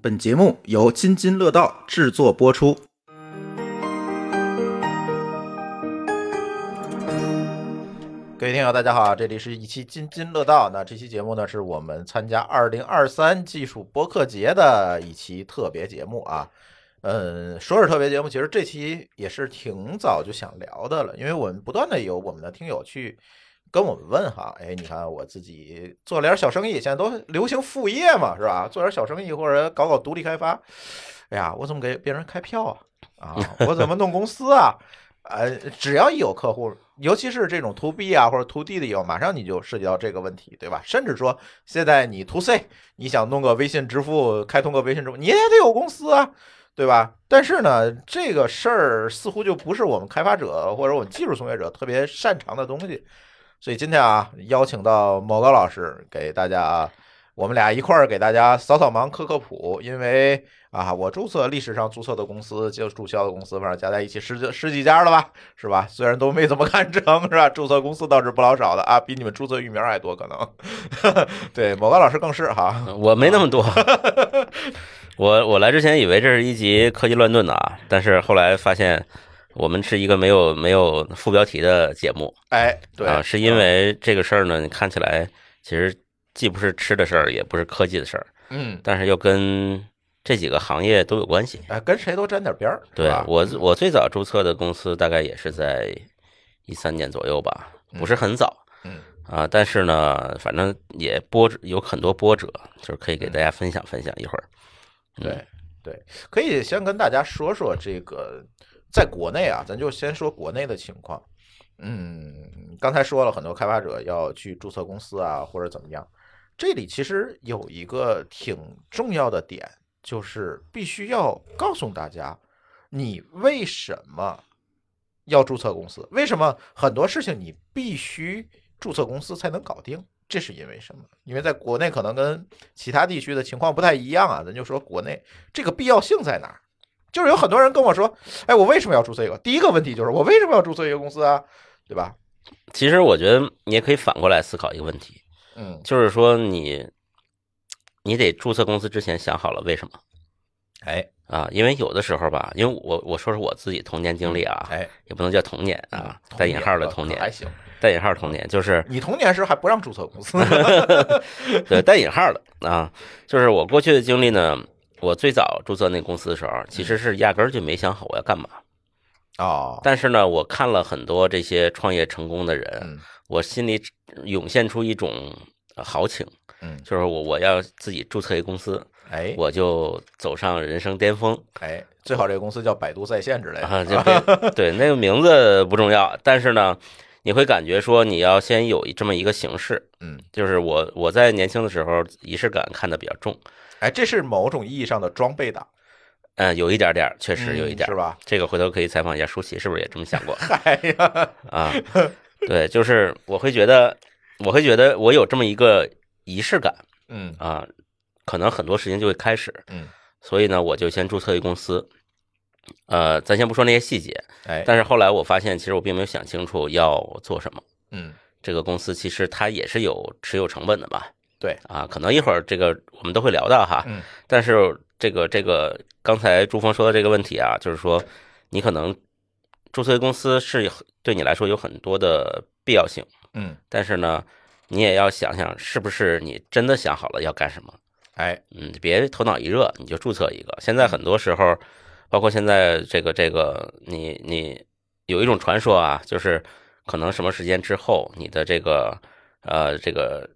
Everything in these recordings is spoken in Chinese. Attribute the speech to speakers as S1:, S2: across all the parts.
S1: 本节目由津津乐道制作播出。各位听友，大家好，这里是一期津津乐道。那这期节目呢，是我们参加二零二三技术播客节的一期特别节目啊。嗯，说是特别节目，其实这期也是挺早就想聊的了，因为我们不断的有我们的听友去跟我们问哈，哎，你看我自己做点小生意，现在都流行副业嘛，是吧？做点小生意或者搞搞独立开发，哎呀，我怎么给别人开票啊？啊，我怎么弄公司啊？呃，只要一有客户，尤其是这种 to B 啊或者 to D 的有，马上你就涉及到这个问题，对吧？甚至说现在你 to C，你想弄个微信支付，开通个微信支付，你也得有公司啊，对吧？但是呢，这个事儿似乎就不是我们开发者或者我们技术从业者特别擅长的东西，所以今天啊，邀请到某高老师给大家啊，我们俩一块儿给大家扫扫盲、科科普，因为。啊，我注册历史上注册的公司，就注销的公司，反正加在一起十几十几家了吧，是吧？虽然都没怎么看成，是吧？注册公司倒是不老少的啊，比你们注册育苗还多可能。 对，某个老师更是哈，
S2: 我没那么多， 我我来之前以为这是一集科技乱炖的啊，但是后来发现我们是一个没有没有副标题的节目
S1: 哎，对，
S2: 啊，是因为这个事儿呢，你看起来其实既不是吃的事儿，也不是科技的事儿，
S1: 嗯，
S2: 但是又跟这几个行业都有关系。
S1: 哎，跟谁都沾点边儿，是
S2: 对
S1: 吧
S2: 我，我最早注册的公司大概也是在一三年左右吧，不是很早，
S1: 嗯
S2: 啊，但是呢，反正也波折有很多波折，就是可以
S1: 嗯
S2: 给大家分享分享一会儿。嗯
S1: 对，对，可以先跟大家说说这个，在国内啊，咱就先说国内的情况。嗯，刚才说了很多开发者要去注册公司啊，或者怎么样。这里其实有一个挺重要的点，就是必须要告诉大家，你为什么要注册公司？为什么很多事情你必须注册公司才能搞定？这是因为什么？因为在国内可能跟其他地区的情况不太一样啊，咱就说国内这个必要性在哪儿？就是有很多人跟我说，哎，我为什么要注册一个？第一个问题就是我为什么要注册一个公司啊？对吧？
S2: 其实我觉得你也可以反过来思考一个问题，
S1: 嗯，
S2: 就是说你你得注册公司之前想好了为什么
S1: 哎
S2: 啊？因为有的时候吧，因为我我说说我自己童年经历啊，
S1: 哎嗯
S2: 也不能叫童年啊，
S1: 童
S2: 带引号的
S1: 年
S2: 童
S1: 可还
S2: 年，
S1: 行。
S2: 带引号童年 就是
S1: 你童年时还不让注册公 司，
S2: 对，带引号的啊，就是我过去的经历呢，我最早注册那公司的时候，其实是压根儿就没想好我要干嘛。
S1: 哦，
S2: 但是呢，我看了很多这些创业成功的人
S1: 嗯，
S2: 我心里涌现出一种呃豪情，
S1: 嗯，
S2: 就是我我要自己注册一公司，
S1: 哎
S2: 我就走上人生巅峰
S1: 哎，最好这个公司叫百度在线之类的。
S2: 啊！就这对那个名字不重要，但是呢，你会感觉说你要先有这么一个形式，
S1: 嗯，
S2: 就是我我在年轻的时候仪式感看得比较重，
S1: 哎，这是某种意义上的装备党，
S2: 嗯，有一点点儿，确实有一
S1: 嗯
S2: 点儿
S1: 是。吧？
S2: 这个回头可以采访一下舒淇，是不是也这么想过
S1: 哎 呀，
S2: 啊？对，就是我会觉得，我会觉得我有这么一个仪式感
S1: 嗯
S2: 啊，可能很多事情就会开始。
S1: 嗯，
S2: 所以呢，我就先注册一公司。呃，咱先不说那些细节，
S1: 哎，
S2: 但是后来我发现，其实我并没有想清楚要做什么。
S1: 嗯，
S2: 这个公司其实它也是有持有成本的吧？
S1: 对
S2: 啊，可能一会儿这个我们都会聊到哈。
S1: 嗯，
S2: 但是这个这个刚才朱峰说的这个问题啊，就是说你可能注册公司是对你来说有很多的必要性，
S1: 嗯，
S2: 但是呢，你也要想想是不是你真的想好了要干什么。
S1: 哎，
S2: 嗯，别头脑一热你就注册一个。现在很多时候，包括现在这个这个，你你有一种传说啊，就是可能什么时间之后，你的这个呃这个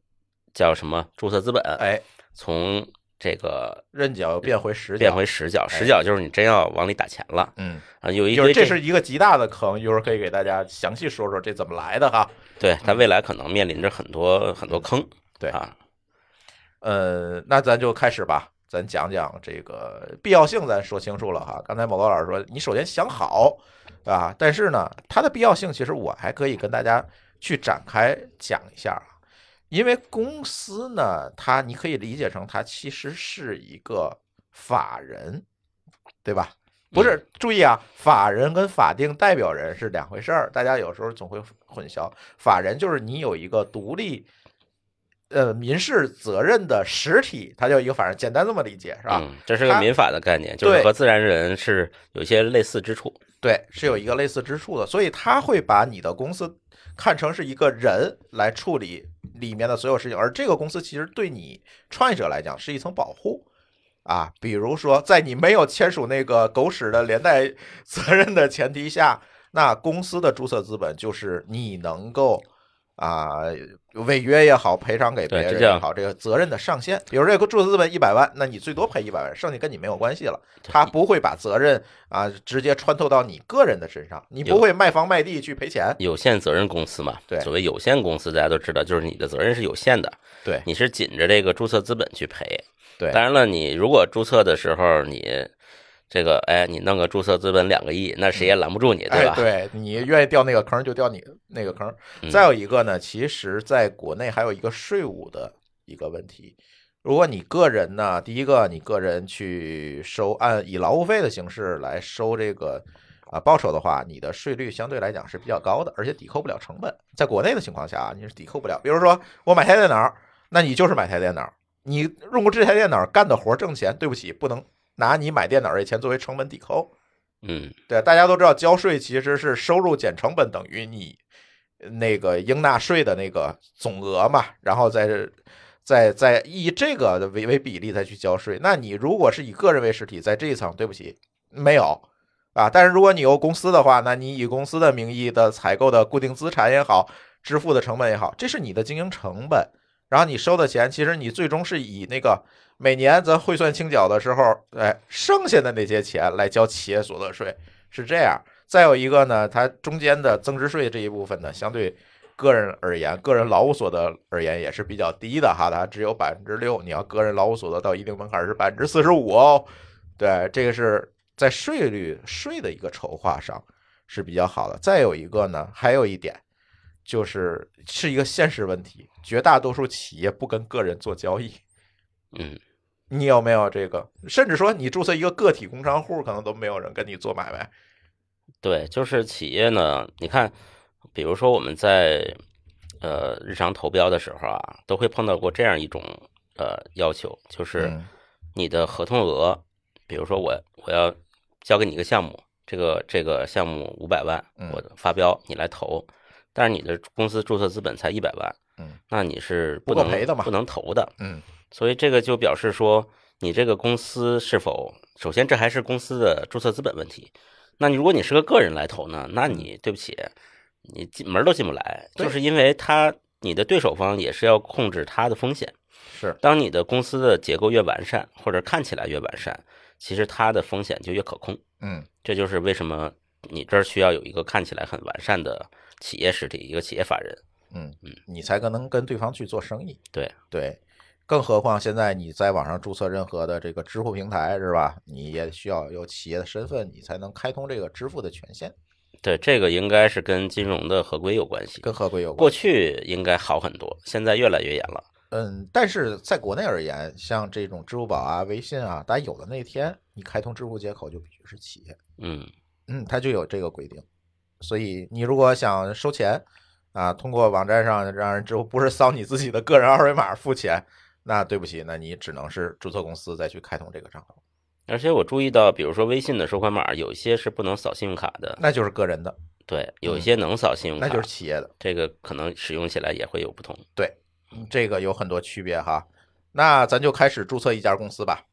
S2: 叫什么注册资本，
S1: 哎，
S2: 从这个
S1: 刃角又变回实角，
S2: 变回实角，实角就是你真要往里打钱了
S1: 嗯，
S2: 啊。有一
S1: 就是
S2: 堆
S1: 这是一个极大的坑，一会儿可以给大家详细说说这怎么来的哈。
S2: 对它未来可能面临着很多很多坑，
S1: 嗯对
S2: 啊，
S1: 呃，那咱就开始吧，咱讲讲这个必要性，咱说清楚了哈。刚才某高老师说，你首先想好啊，但是呢，它的必要性其实我还可以跟大家去展开讲一下啊，因为公司呢，它你可以理解成它其实是一个法人，对吧？不是，注意啊，法人跟法定代表人是两回事儿，大家有时候总会混淆。法人就是你有一个独立呃民事责任的实体，它叫一个法人，简单这么理解是吧？
S2: 嗯，这是个
S1: 它
S2: 民法的概念，就是
S1: 对
S2: 和自然人是有些类似之处，
S1: 对，是
S2: 嗯
S1: 有一个类似之处的，所以他会把你的公司看成是一个人来处理里面的所有事情，而这个公司其实对你创业者来讲是一层保护。啊，比如说，在你没有签署那个狗屎的连带 责任的前提下，那公司的注册资本就是你能够啊违约也好，赔偿给别
S2: 对这
S1: 人
S2: 叫
S1: 也好，这个责任的上限。比如这个注册资本一百万，那你最多赔一百万，剩下跟你没有关系了。他不会把责任啊直接穿透到你个人的身上，你
S2: 有
S1: 不会卖房卖地去赔钱。
S2: 有限责任公司嘛，
S1: 对
S2: 所谓有限公司，大家都知道，就是你的责任是有限的，
S1: 对
S2: 你是紧着这个注册资本去赔。
S1: 对
S2: 当然了，你如果注册的时候你这个，哎，你弄个注册资本两个亿，那谁也拦不住你，
S1: 哎，
S2: 吧？
S1: 对你愿意掉那个坑儿就掉你那个坑儿。
S2: 嗯
S1: 再有一个呢，其实在国内还有一个税务的一个问题。如果你个人呢，第一个你个人去收按以劳务费的形式来收这个啊报酬的话，你的税率相对来讲是比较高的，而且抵扣不了成本。在国内的情况下啊，你是抵扣不了。比如说我买台电脑，那你就是买台电脑，你用过这台电脑干的活儿挣钱，对不起，不能拿你买电脑这钱作为成本抵扣。
S2: 嗯，
S1: 对，大家都知道交税其实是收入减成本等于你那个应纳税的那个总额嘛，然后再再再以这个为为比例再去交税。那你如果是以个人为实体，在这一层，对不起，没有啊。但是如果你由公司的话，那你以公司的名义的采购的固定资产也好，支付的成本也好，这是你的经营成本。然后你收的钱，其实你最终是以那个每年咱汇算清缴的时候，哎，剩下的那些钱来交企业所得税，是这样。再有一个呢，它中间的增值税这一部分呢，相对个人而言，个人劳务所得而言也是比较低的哈，它只有百分之六。你要个人劳务所得到一定门槛是百分之四十五哦。对，这个是在税率税的一个筹划上是比较好的。再有一个呢，还有一点就是是一个现实问题，绝大多数企业不跟个人做交易。
S2: 嗯，
S1: 你有没有这个？甚至说你注册一个个体工商户，可能都没有人跟你做买卖。
S2: 对，就是企业呢，你看，比如说我们在呃日常投标的时候啊，都会碰到过这样一种呃要求，就是
S1: 嗯
S2: 你的合同额，比如说我我要交给你一个项目，这个这个项目五百万
S1: 嗯，
S2: 我发标你来投，但是你的公司注册资本才一百万，
S1: 嗯，
S2: 那你是
S1: 不
S2: 不
S1: 够
S2: 能
S1: 赔的嘛
S2: 不能投的，
S1: 嗯，
S2: 所以这个就表示说你这个公司是否首先这还是公司的注册资本问题，那你如果你是个个人来投呢，那你对不起，你进门儿都进不来，
S1: 对
S2: 就是因为他你的对手方也是要控制他的风险。
S1: 是
S2: 当你的公司的结构越完善，或者看起来越完善，其实它的风险就越可控。
S1: 嗯
S2: 这就是为什么你这儿需要有一个看起来很完善的企业实体，一个企业法人。
S1: 嗯，你才可能跟对方去做生意。
S2: 对
S1: 对，更何况现在你在网上注册任何的这个支付平台是吧？你也需要有企业的身份，你才能开通这个支付的权限，
S2: 对，这个应该是跟金融的合规有关系。
S1: 跟合规有关。
S2: 过去应该好很多，现在越来越严了。
S1: 嗯，但是在国内而言，像这种支付宝啊、微信啊，大家有的那天，你开通支付接口就必须是企业，
S2: 嗯
S1: 嗯，它就有这个规定。所以你如果想收钱啊，通过网站上让人支付，不是扫你自己的个人二维码付钱，那对不起，那你只能是注册公司再去开通这个账号，
S2: 而且我注意到，比如说微信的收款码，有一些是不能扫信用卡的，
S1: 那就是个人的，
S2: 对，有一些能扫信用
S1: 嗯
S2: 卡，
S1: 那就是企业的。
S2: 这个可能使用起来也会有不同。
S1: 嗯这个有很多区别哈。那咱就开始注册一家公司吧，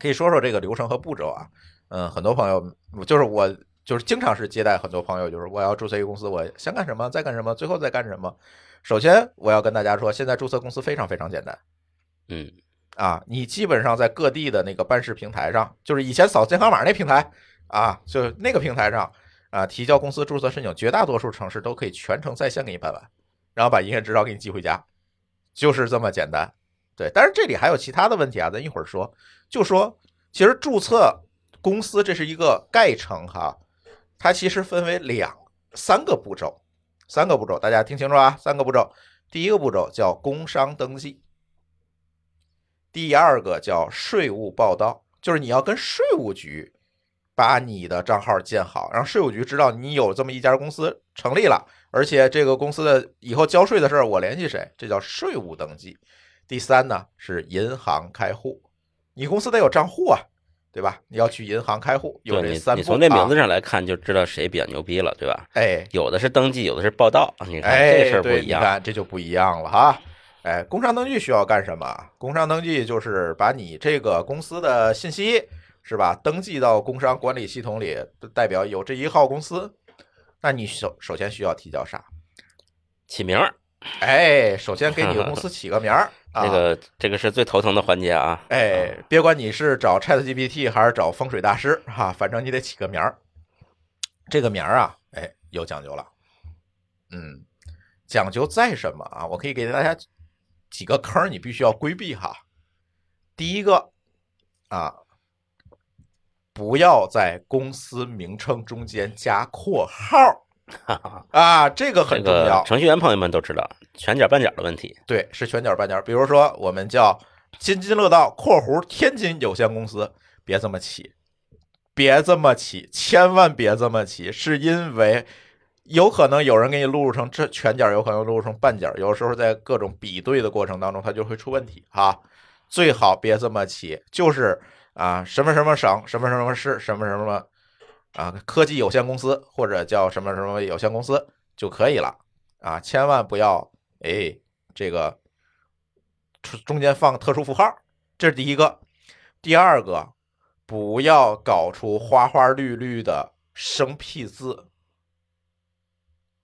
S1: 可以说说这个流程和步骤啊。嗯，很多朋友就是我就是经常是接待很多朋友，就是我要注册一个公司，我想干什么，再干什么，最后再干什么。首先，我要跟大家说，现在注册公司非常非常简单
S2: 嗯
S1: 啊，你基本上在各地的那个办事平台上，就是以前扫健康码那平台啊，就是那个平台上啊，提交公司注册申请，绝大多数城市都可以全程在线给你办完。然后把营业执照给你寄回家，就是这么简单。对，但是这里还有其他的问题啊，咱一会儿说。就说其实注册公司这是一个概称哈，它其实分为两三个步骤，三个步骤大家听清楚啊，三个步骤。第一个步骤叫工商登记，第二个叫税务报到，就是你要跟税务局把你的账号建好，让税务局知道你有这么一家公司成立了。而且这个公司的以后交税的事儿，我联系谁？这叫税务登记。第三呢是银行开户，你公司得有账户啊，对吧？你要去银行开户，有
S2: 对
S1: 这
S2: 你
S1: 三
S2: 你
S1: 步、啊。
S2: 从这名字上来看就知道谁比较牛逼了，对吧？
S1: 哎，
S2: 有的是登记，有的是报道，你看
S1: 哎，
S2: 这事儿不
S1: 对
S2: 一
S1: 你
S2: 样。
S1: 看这就不一样了哈。哎，工商登记需要干什么？工商登记就是把你这个公司的信息是吧，登记到工商管理系统里，代表有这一号公司。那你首首先需要提交啥？
S2: 起名儿，
S1: 哎，首先给你的公司起个名儿 啊。
S2: 这个这个是最头疼的环节啊。
S1: 哎，别管你是找 Chat GPT 还是找风水大师哈、反正你得起个名儿。这个名儿啊，哎，有讲究了。嗯，讲究在什么啊？我可以给大家几个坑儿，你必须要规避哈。第一个啊，不要在公司名称中间加括号儿啊，这个
S2: 这
S1: 很重
S2: 个
S1: 要。
S2: 程序员朋友们都知道，拳脚绊脚的问题。
S1: 对，是全角半角。比如说，我们叫津津乐道（括弧天津有限公司），别这么起，别这么起，千万别这么起，是因为有可能有人给你录入成这全角，有可能录入成半角，有时候在各种比对的过程当中，它就会出问题啊。最好别这么起，就是啊，什么什么省，什么什么市，什么什么啊，科技有限公司或者叫什么什么有限公司就可以了啊，千万不要哎这个中中间放特殊符号，这是第一个。第二个，不要搞出花花绿绿的生僻字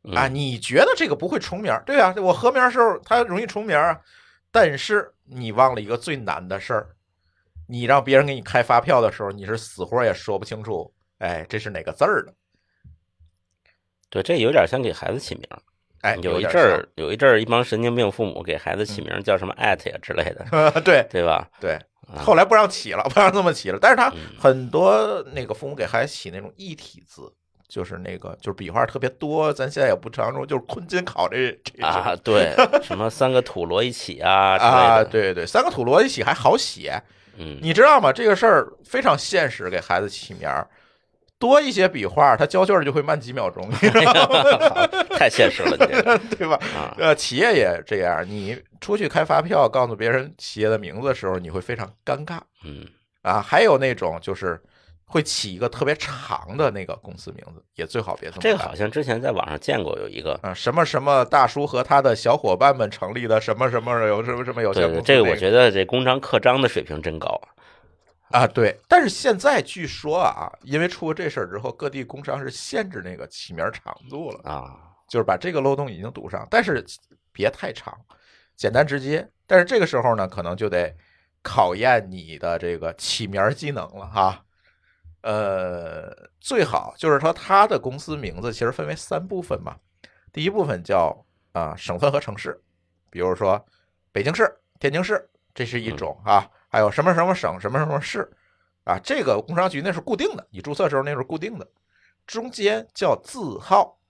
S2: 嗯
S1: 啊！你觉得这个不会重名儿？对啊，我合名儿的时候它容易重名儿啊。但是你忘了一个最难的事儿，你让别人给你开发票的时候，你是死活也说不清楚，哎，这是哪个字儿的？
S2: 对，这有点像给孩子起名儿。
S1: 哎，
S2: 有一
S1: 点
S2: 阵儿，有一阵儿，一帮神经病父母给孩子起名儿叫什么艾特呀之类 的，
S1: 像，对
S2: 对吧？
S1: 对，
S2: 啊
S1: 后来不让起了，不让这么起了。但是他
S2: 嗯
S1: 很多那个父母给孩子起那种一体字，就是那个就是笔画特别多，咱现在也不常用，就是昆金考这这种
S2: 啊，对，什么三个土摞一 起啊之
S1: 啊，
S2: 类的，，
S1: 对对，三个土摞一起还好写，
S2: 嗯，
S1: 你知道吗？这个事儿非常现实，给孩子起名儿。多一些笔画，他交卷儿就会慢几秒钟， 你知道吗？
S2: 嗯 太现实了，你这 个
S1: 对吧？
S2: 啊，
S1: 呃，企业也这样，你出去开发票，告诉别人企业的名字的时候，你会非常尴尬。
S2: 嗯，
S1: 啊，还有那种就是会起一个特别长的那个公司名字，也最好别这么
S2: 这个
S1: 干
S2: 好像之前在网上见过有一个，
S1: 啊，什么什么大叔和他的小伙伴们成立的什么什么有什么什么有
S2: 对
S1: 限
S2: 对，
S1: 公司、
S2: 这个我
S1: 得
S2: 觉得这公章刻章的水平真高，
S1: 啊，对。但是现在据说啊，因为出了这事儿之后，各地工商是限制那个起名儿长度了，
S2: 啊，
S1: 就是把这个漏洞已经堵上，但是别太长，简单直接。但是这个时候呢，可能就得考验你的这个起名儿技能了哈。呃，最好就是说，他的公司名字其实分为三部分嘛。第一部分叫啊、省份和城市，比如说北京市、天津市，这是一种啊，还有什么什么省、什么什么市啊，这个工商局那是固定的，你注册时候那是固定的。中间叫字号，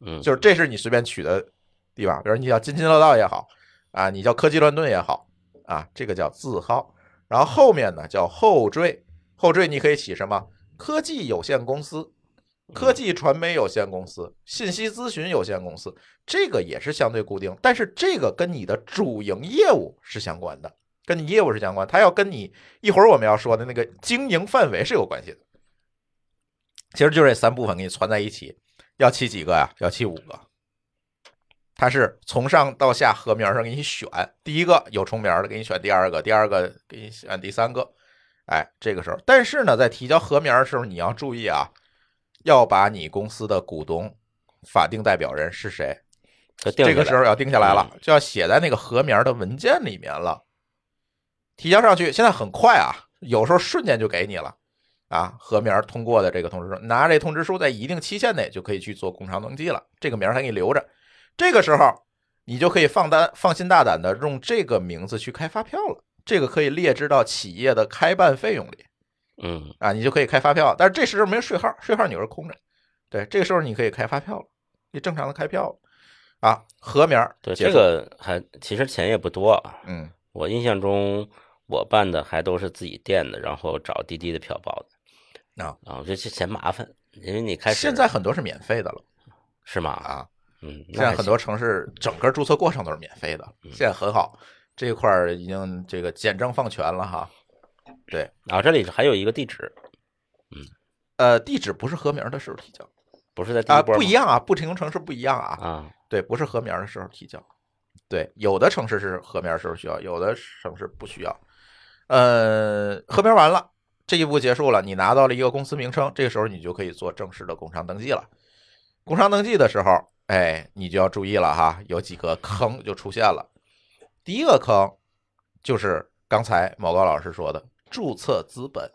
S2: 嗯，
S1: 就是这是你随便取的地方，比如你叫津津乐道也好，啊，你叫科技乱炖也好，啊，这个叫字号。然后后面呢叫后缀，后缀你可以起什么科技有限公司、科技传媒有限公司、信息咨询有限公司，这个也是相对固定，但是这个跟你的主营业务是相关的，跟你业务是相关，它要跟你一会儿我们要说的那个经营范围是有关系的。其实就这三部分给你攒在一起，要起几个呀、要起五个。它是从上到下河名上给你选，第一个有重名的给你选第二个，第二个给你选第三个。哎，这个时候，但是呢，在提交合名的时候，你要注意啊，要把你公司的股东、法定代表人是谁，
S2: 就定
S1: 这个
S2: 下
S1: 时
S2: 来嗯
S1: 候要定下来了，就要写在那个合名的文件里面了。提交上去，现在很快啊，有时候瞬间就给你了啊。合名通过的这个通知书，拿这通知书在一定期限内就可以去做工厂登记了，这个名儿还给你留着。这个时候，你就可以放胆、放心大胆的用这个名字去开发票了。这个可以列支到企业的开办费用里
S2: 嗯，
S1: 啊，你就可以开发票了。但是这时候没有税号，税号你又是空着。对，这个时候你可以开发票了，你正常的开票了啊。合名儿
S2: 对，
S1: 结
S2: 这
S1: 束
S2: 个还其实钱也不多啊，
S1: 嗯，
S2: 我印象中，我办的还都是自己店的，然后找滴滴的票报的。
S1: 啊
S2: 啊，我觉得这嫌麻烦，因为你开始
S1: 现在很多是免费的了
S2: 是吗？
S1: 啊，
S2: 嗯，那
S1: 现在
S2: 还嗯
S1: 很多城市整个注册过程都是免费的，现在很好，这一块儿已经这个简政放权了哈。
S2: 行啊，这里还有一个地址，
S1: 呃，地址不是合名的时候提交
S2: 不是在第
S1: 啊，
S2: 一波吗
S1: 不一样啊，不同城市不一样啊。
S2: 啊，
S1: 对，不是合名的时候提交。对，有的城市是合名的时候需要，有的城市不需要。呃，合名完了，这一步结束了，你拿到了一个公司名称，这个时候你就可以做正式的工商登记了。工商登记的时候，哎，你就要注意了哈，有几个坑就出现了。第一个坑就是刚才毛高老师说的注册资本。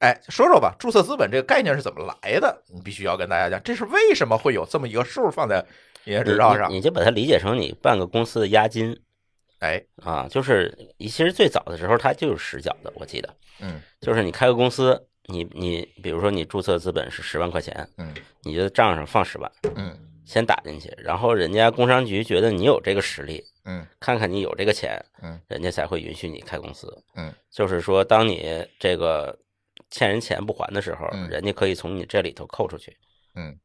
S1: 哎，说说吧，注册资本这个概念是怎么来的？你必须要跟大家讲，这是为什么会有这么一个数放在营业
S2: 你
S1: 执照上
S2: 你，？你就把它理解成你办个公司的押金
S1: 哎，
S2: 啊，就是其实最早的时候它就是实缴的，我记得
S1: 嗯
S2: 就是你开个公司，你你比如说你注册资本是十万块钱，
S1: 嗯
S2: 你就账上放十万，
S1: 嗯
S2: 先打进去，然后人家工商局觉得你有这个实力，
S1: 嗯
S2: 看看你有这个钱，
S1: 嗯，
S2: 人家才会允许你开公司，
S1: 嗯，
S2: 就是说，当你这个欠人钱不还的时候，
S1: 嗯
S2: 人家可以从你这里头扣出去，
S1: 嗯，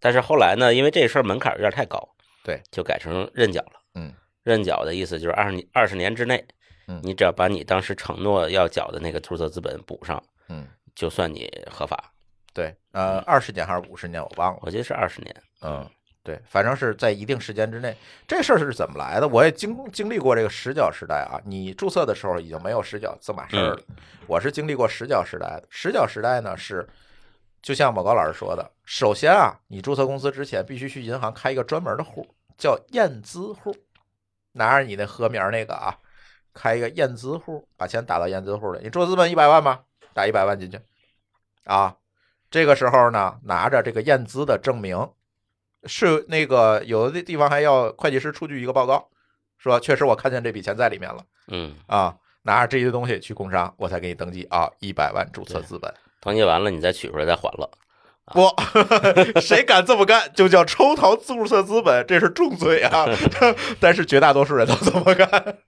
S2: 但是后来呢，因为这事儿门槛有点太高，
S1: 对，
S2: 就改成认缴了，
S1: 嗯，
S2: 认缴的意思就是二十二十年之内，
S1: 嗯
S2: 你只要把你当时承诺要缴的那个注册资本补上，
S1: 嗯，
S2: 就算你合法，
S1: 对，呃，二十年还是五十年，我忘了。
S2: 我记得是二十年，
S1: 嗯，对，反正是在一定时间之内，这事儿是怎么来的？我也经经历过这个实缴时代啊。你注册的时候已经没有实缴这码事儿了，我是经历过实缴时代的。实缴时代呢是，就像某高老师说的，首先啊，你注册公司之前必须去银行开一个专门的户，叫验资户，拿着你那合名儿那个啊，开一个验资户，把钱打到验资户里。你注册资本一百万吗？打一百万进去，啊，这个时候呢，拿着这个验资的证明，是那个有的地方还要会计师出具一个报告，说确实我看见这笔钱在里面了
S2: 嗯，
S1: 啊，拿着这些东西去工商，我才给你登记啊，一百万注册资本。
S2: 登记完了你再取出来再还了，
S1: 不，谁敢这么干，就叫抽逃注册资本，这是重罪啊！ 但是绝大多数人都这么干，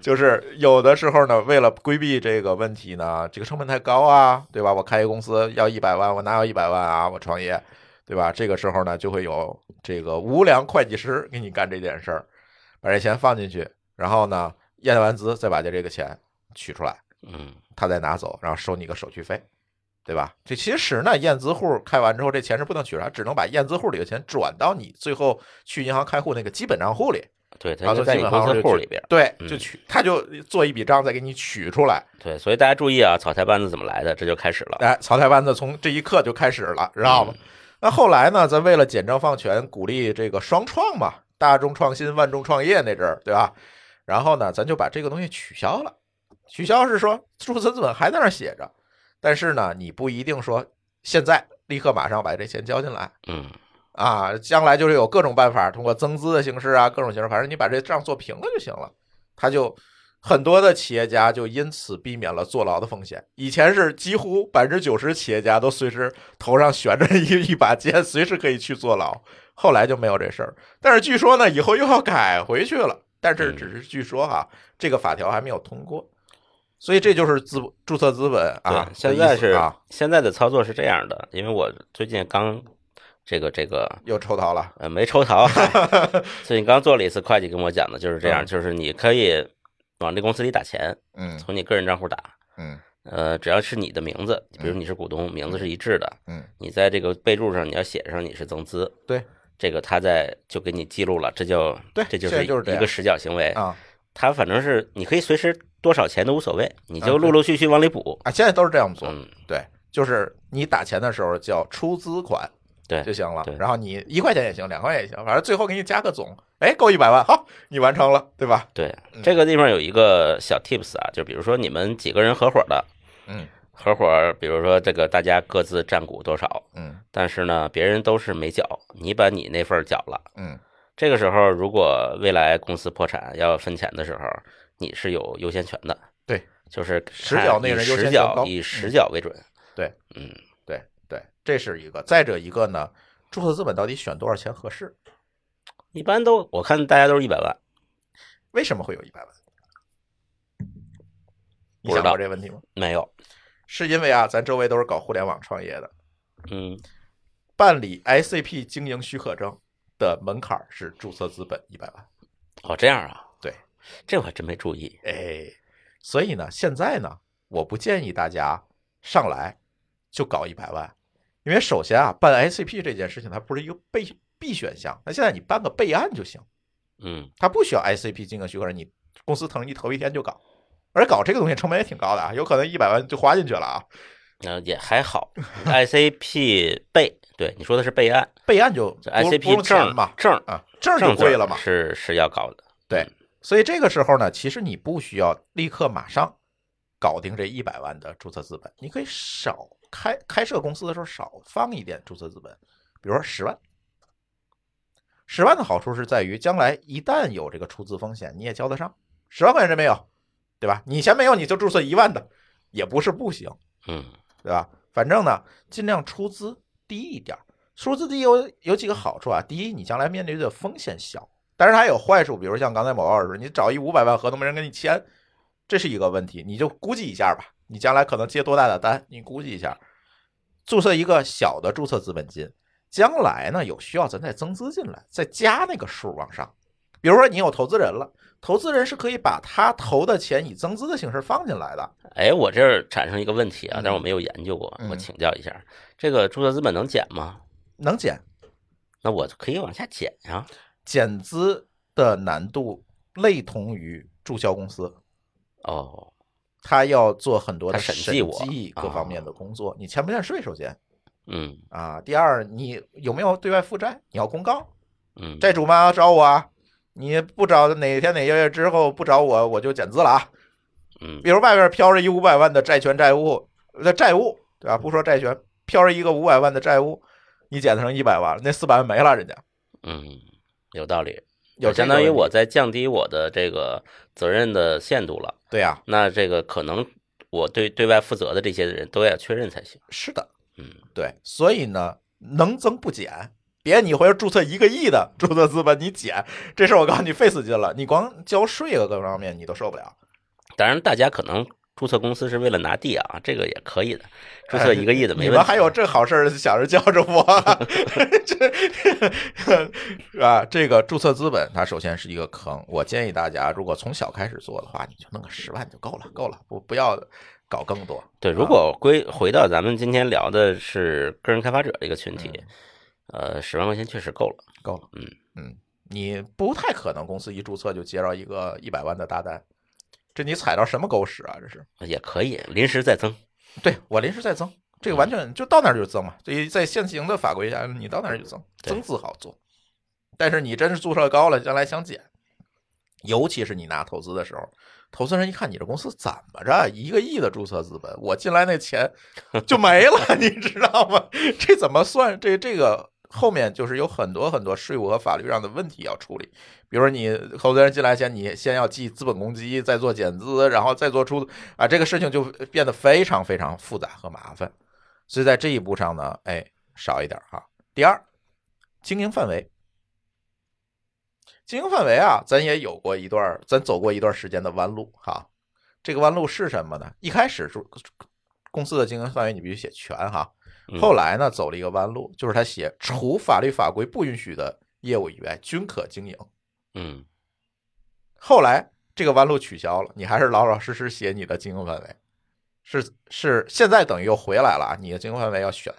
S1: 就是有的时候呢，为了规避这个问题呢，这个成本太高啊，对吧？我开一个公司要一百万，我哪有一百万啊？我创业，对吧？这个时候呢，就会有这个无良会计师给你干这件事儿，把这钱放进去，然后呢，验完资再把这这个钱取出来。
S2: 嗯，
S1: 他再拿走，然后收你个手续费，对吧？这其实呢，验资户开完之后，这钱是不能取出来，只能把验资户里的钱转到你最后去银行开户那个基本账户里，
S2: 对，它
S1: 然后
S2: 就
S1: 从
S2: 在
S1: 啊基
S2: 你
S1: 本
S2: 公
S1: 账
S2: 司
S1: 就
S2: 户
S1: 取
S2: 里边。
S1: 对，
S2: 嗯
S1: 就取，他就做一笔账再给你取出来。
S2: 对，所以大家注意啊，草台班子怎么来的，这就开始了。
S1: 哎，草台班子从这一刻就开始了，知道吗？那后来呢，咱为了简政放权，鼓励这个双创嘛，大众创新、万众创业那阵儿，对吧？然后呢，咱就把这个东西取消了。取消是说注册资本还在那儿写着，但是呢，你不一定说现在立刻马上把这钱交进来
S2: 嗯，
S1: 啊，将来就是有各种办法，通过增资的形式啊，各种形式，反正你把这账做平了就行了。他就很多的企业家就因此避免了坐牢的风险。以前是几乎百分之九十企业家都随时头上悬着一 一把剑，随时可以去坐牢。后来就没有这事儿，但是据说呢，以
S2: 嗯
S1: 后又要改回去了。但是只是据说哈、这个法条还没有通过，所以这就是资注册资本啊
S2: 对，。
S1: 的
S2: 现
S1: 意
S2: 在
S1: 思
S2: 是、
S1: 啊，
S2: 现在的操作是这样的，因为我最近刚这个这个
S1: 又抽到了，
S2: 呃没 抽逃，最近刚做了一次会计跟我讲的就是这样，
S1: 嗯
S2: 就是你可以往这公司里打钱，
S1: 嗯
S2: 从你个人账户打，
S1: 嗯
S2: 呃，只要是你的名字，比如你是股东，名字是一致的，
S1: 嗯，
S2: 你在这个备注上你要写上你是增资，
S1: 对，
S2: 这个他在就给你记录了，这就
S1: 对
S2: 这就
S1: 现
S2: 是
S1: 在就是这
S2: 一
S1: 样
S2: 个实缴行为，
S1: 啊
S2: 他反正是你可以随时多少钱都无所谓，你
S1: 啊对
S2: 就陆陆续续往里补，
S1: 啊，现在都是这样做，
S2: 嗯，
S1: 对，就是你打钱的时候叫出资款
S2: 对
S1: 就，行了
S2: 对，
S1: 然后你一块钱也行，两块钱也行，反正最后给你加个总，哎，够一百万，好，你完成了，对吧？
S2: 对
S1: 嗯，
S2: 这个地方有一个小 tips 啊，就比如说你们几个人合伙的，
S1: 嗯
S2: 合伙儿，比如说这个大家各自占股多少，
S1: 嗯
S2: 但是呢，别人都是没缴，你把你那份儿缴了。
S1: 嗯
S2: 这个时候，如果未来公司破产要分钱的时候，你是有优先权的。
S1: 对，
S2: 就是
S1: 实缴
S2: 看
S1: 那
S2: 以
S1: 人优
S2: 实
S1: 先权
S2: 缴
S1: 高
S2: 以
S1: 嗯
S2: 实缴为准。
S1: 对，
S2: 嗯，
S1: 对对，这是一个。再者一个呢，注册资本到底选多少钱合适？
S2: 一般都我看大家都是一百万，
S1: 为什么会有一百万？你
S2: 不知
S1: 想过
S2: 道
S1: 这问题吗？
S2: 没有。
S1: 是因为啊，咱周围都是搞互联网创业的，
S2: 嗯，
S1: 办理 ICP 经营许可证的门槛儿是注册资本一百万。
S2: 哦，这样啊？
S1: 对，
S2: 这我还真没注意。
S1: 哎，所以呢，现在呢，我不建议大家上来就搞一百万，因为首先啊，办 ICP 这件事情它不是一个备必选项，那现在你办个备案就行，
S2: 嗯，
S1: 它不需要 ICP 经营许可证，你公司腾一头一天就搞。而搞这个东西成本也挺高的啊，有可能一百万就花进去了啊。
S2: 那呃也还好。ICP 备，对你说的是备案，
S1: 备案就
S2: 这
S1: 不不
S2: ICP
S1: 用钱
S2: 证
S1: 嘛，
S2: 证
S1: 啊，证
S2: 证
S1: 就
S2: 字
S1: 贵
S2: 儿
S1: 了嘛。
S2: 是是要高的。
S1: 对，所以这个时候呢，其实你不需要立刻马上搞定这一百万的注册资本，你可以少开开设公司的时候少放一点注册资本，比如说十万。十万的好处是在于，将来一旦有这个出资风险，你也交得上。十万块钱真没有，对吧？你钱没有，你就注册一万的，也不是不行。
S2: 嗯
S1: 对吧？反正呢，尽量出资低一点儿。出资低有有几个好处啊，第一，你将来面对的风险小，但是它也有坏处，比如像刚才某老师说，你找一五百万合同没人跟你签，这是一个问题，你就估计一下吧，你将来可能接多大的单，你估计一下，注册一个小的注册资本金，将来呢有需要咱再增资进来，再加那个数往上。比如说你有投资人了，投资人是可以把他投的钱以增资的形式放进来的，
S2: 哎，我这儿产生一个问题啊，
S1: 嗯
S2: 但是我没有研究过，我
S1: 嗯
S2: 请教一下，这个注册资本能减吗？
S1: 能减
S2: 那我可以往下减呀、
S1: 减资的难度类同于注销公司，
S2: 哦，
S1: 他要做很多的
S2: 它审
S1: 审
S2: 计我啊
S1: 计各方面的工作。你欠不欠税？首先
S2: 嗯
S1: 啊，第二，你有没有对外负债？你要公告，
S2: 嗯，
S1: 债主妈找我啊！你不找哪天哪个月之后不找我，我就减资了啊！
S2: 嗯
S1: 比如外边飘着一五百万的债权债务，那债务对吧？不说债权，飘着一个五百万的债务，你减成一百万了，那四百万没了，人家
S2: 嗯，有道理，
S1: 有这
S2: 相
S1: 个
S2: 当于
S1: 问题
S2: 我在降低我的这个责任的限度了。
S1: 对呀、
S2: 那这个可能我对对外负责的这些人都要确认才行。
S1: 是的。
S2: 嗯，
S1: 对，所以呢，能增不减。别你回头注册一个亿的注册资本，你减这事儿我告诉你费死劲了。你光交税啊各方面你都受不了。
S2: 当然大家可能注册公司是为了拿地啊，这个也可以的， 注册一个亿的没
S1: 你
S2: 问
S1: 们
S2: 题。啊
S1: 还有这好事儿想着叫着我， 这 啊，这个注册资本它首先是一个坑。我建议大家，如果从小开始做的话，你就弄个十万就够了，够了，不不要搞更多。
S2: 对，如果归回到咱们今天聊的是个人开发者这个群体，呃，十万块钱确实够了。
S1: 嗯够了，
S2: 嗯
S1: 嗯，你不太可能公司一注册就接到一个一百万的大单，这你踩到什么狗屎啊？这是
S2: 也可以临时再增。
S1: 对我临时再增，这个完全就到那儿就增嘛，所以在现行的法规下，你到那儿就增，
S2: 对
S1: 增字好做。但是你真是注册高了，将来想减，尤其是你拿投资的时候，投资人一看你这公司怎么着，一个亿的注册资本，我进来那钱就没了， 你知道吗？这怎么算？这这个后面就是有很多很多税务和法律上的问题要处理。比如说你投资人进来前，你先要记资本公积，再做减资，然后再做出啊，这个事情就变得非常非常复杂和麻烦。所以在这一步上呢，哎，少一点哈。第二，经营范围。经营范围啊，咱也有过一段儿，咱走过一段时间的弯路哈。这个弯路是什么呢？一开始是公司的经营范围你必须写全哈，
S2: 嗯
S1: 后来呢走了一个弯路，就是他写除法律法规不允许的业务以外均可经营。
S2: 嗯
S1: 后来这个弯路取消了，你还是老老实实写你的经营范围，是是，现在等于又回来了啊！你的经营范围要选，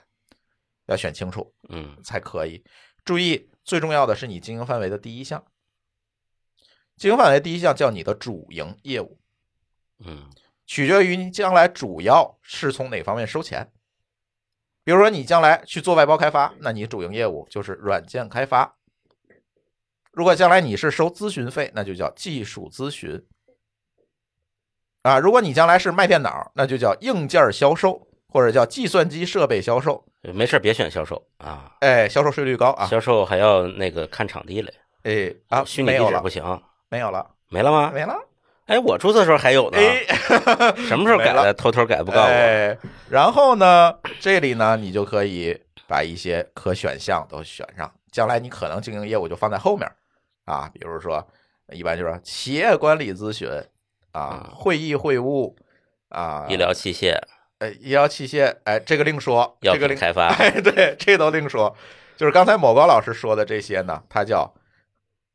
S1: 要选清楚
S2: 嗯
S1: 才可以。注意，最重要的是你经营范围的第一项，经营范围第一项叫你的主营业务，
S2: 嗯
S1: 取决于你将来主要是从哪方面收钱。比如说，你将来去做外包开发，那你主营业务就是软件开发；如果将来你是收咨询费，那就叫技术咨询。啊，如果你将来是卖电脑，那就叫硬件销售，或者叫计算机设备销售。
S2: 嗯，没事儿别选销售啊，
S1: 哎，销售税率高啊！
S2: 销售还要那个看场地嘞，
S1: 哎啊，
S2: 虚拟
S1: 没
S2: 地
S1: 有
S2: 址
S1: 了
S2: 不，行，
S1: 没有了，
S2: 没了吗？
S1: 没了。
S2: 哎，我注册的时候还有呢，
S1: 哎，
S2: 什么时候改
S1: 没了
S2: 的？偷偷改不告诉我。
S1: 哎，然后呢，这里呢，你就可以把一些可选项都选上，将来你可能经营业务就放在后面儿啊，比如说，一般就是企业管理咨询啊
S2: 嗯，
S1: 会议会务啊，
S2: 医疗器械、
S1: 呃医疗器械，哎，这个另说，
S2: 药
S1: 这个
S2: 品
S1: 另
S2: 开发，
S1: 哎，对，这都另说。就是刚才某高老师说的这些呢，它叫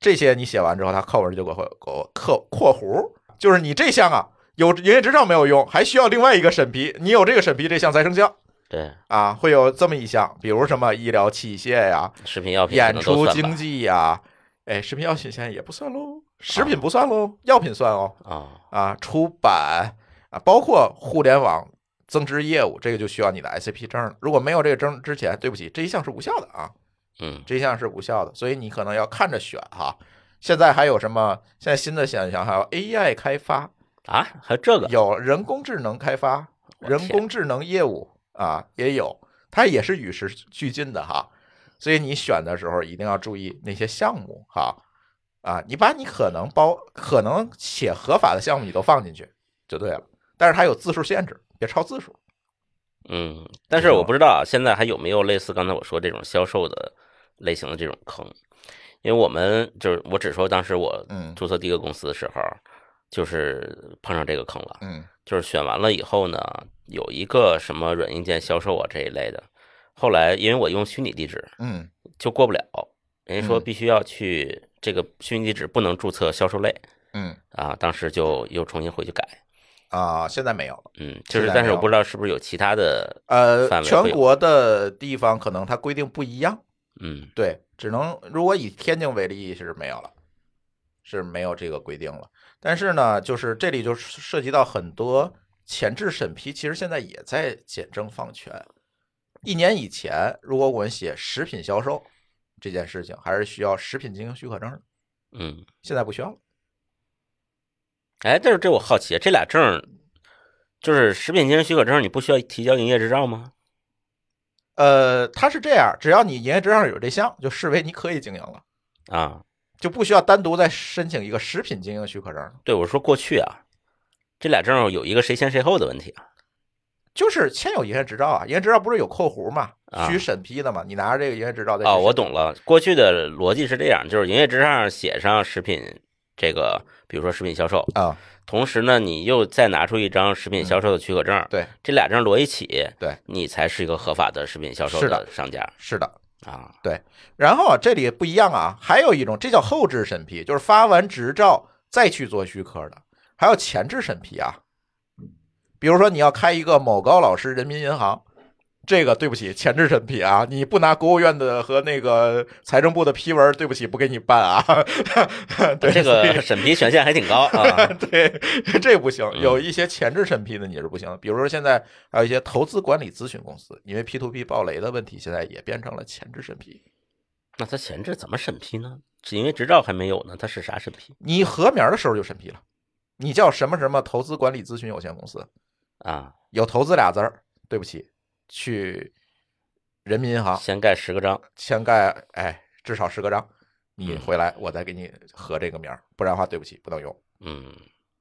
S1: 这些你写完之后，它后文就给我给我括括弧，就是你这项啊有营业执照没有用，还需要另外一个审批，你有这个审批这项才生效
S2: 对，
S1: 啊，会有这么一项，比如什么医疗器械呀、
S2: 食品药品可
S1: 演
S2: 能都
S1: 出
S2: 算
S1: 经
S2: 吧。
S1: 济呀、哎，食品药品现在也不算喽，
S2: 啊
S1: 食品不算喽，药品算哦
S2: 哦，
S1: 啊，出版啊，包括互联网增值业务，这个就需要你的 ICP 证了。如果没有这个证之前，对不起，这一项是无效的啊。
S2: 嗯
S1: 这项是无效的，所以你可能要看着选哈。现在还有什么？现在新的选项还有 AI 开发，
S2: 啊，还有这个
S1: 有人工智能开发，
S2: 我
S1: 人
S2: 天
S1: 工智能业务啊也有，它也是与时俱进的哈。所以你选的时候一定要注意那些项目哈啊，你把你可能包可能且合法的项目你都放进去就对了，但是它有字数限制，别超字数。
S2: 嗯，但是我不知道啊，现在还有没有类似刚才我说这种销售的类型的这种坑？因为我们就是我只说当时我
S1: 嗯
S2: 注册第一个公司的时候，就是碰上这个坑了。
S1: 嗯
S2: 就是选完了以后呢，有一个什么软硬件销售啊这一类的，后来因为我用虚拟地址
S1: 嗯
S2: 就过不了，人家说
S1: 嗯
S2: 必须要去这个虚拟地址不能注册销售类
S1: 嗯
S2: 啊，当时就又重新回去改，
S1: 啊，现在没有了。
S2: 嗯，就
S1: 现
S2: 是
S1: 在
S2: 但
S1: 没
S2: 是我
S1: 有
S2: 不知道是不是有其他的，范
S1: 呃，
S2: 围
S1: 全
S2: 会有
S1: 国的地方可能它规定不一样，
S2: 嗯
S1: 对，只能如果以天津为例是没有了，是没有这个规定了。但是呢，就是这里就涉及到很多前置审批，其实现在也在简政放权。一年以前，如果我们写食品销售这件事情，还是需要食品经营许可证的，
S2: 嗯，
S1: 现在不需要了。
S2: 哎，但是这我好奇，这俩证儿就是食品经营许可证，你不需要提交营业执照吗？
S1: 呃，它是这样，只要你营业执照上有这项，就视为你可以经营了，
S2: 啊，
S1: 就不需要单独再申请一个食品经营许可证了。
S2: 对，我说过去啊，这俩证儿有一个谁先谁后的问题啊，
S1: 就是先有营业执照啊，营业执照不是有括弧嘛，
S2: 啊
S1: 需审批的嘛，你拿着这个营业执照再去
S2: 哦，我
S1: 审批
S2: 懂了。过去的逻辑是这样，就是营业执照上写上食品这个，比如说食品销售，
S1: 啊，嗯
S2: 同时呢，你又再拿出一张食品销售的许可证，
S1: 对，
S2: 这俩证摞一起，
S1: 对，
S2: 你才是一个合法的食品销售
S1: 是
S2: 的
S1: 的
S2: 商家
S1: 是的。
S2: 啊。
S1: 然后啊，这里不一样啊，还有一种这叫后置审批，就是发完执照再去做许可的，还有前置审批啊。比如说你要开一个某高老师人民银行，这个对不起，前置审批啊，你不拿国务院的和那个财政部的批文，对不起，不给你办啊。 对，
S2: 这
S1: 所以。
S2: 个审批权限还挺高啊
S1: 对，这不
S2: 嗯
S1: 行，有一些前置审批的你是不行的。比如说现在还有一些投资管理咨询公司，因为 P to P 爆雷的问题，现在也变成了前置审批。
S2: 那他前置怎么审批呢？是因为执照还没有呢，他是啥审批
S1: 你合名儿的时候就审批了，你叫什么什么投资管理咨询有限公司，
S2: 啊？
S1: 有投资俩字儿，对不起，去人民银行
S2: 先盖十个章，
S1: 先盖，哎，至少十个章，你
S2: 嗯
S1: 回来我再给你合这个名儿，不然的话对不起，不能用。
S2: 嗯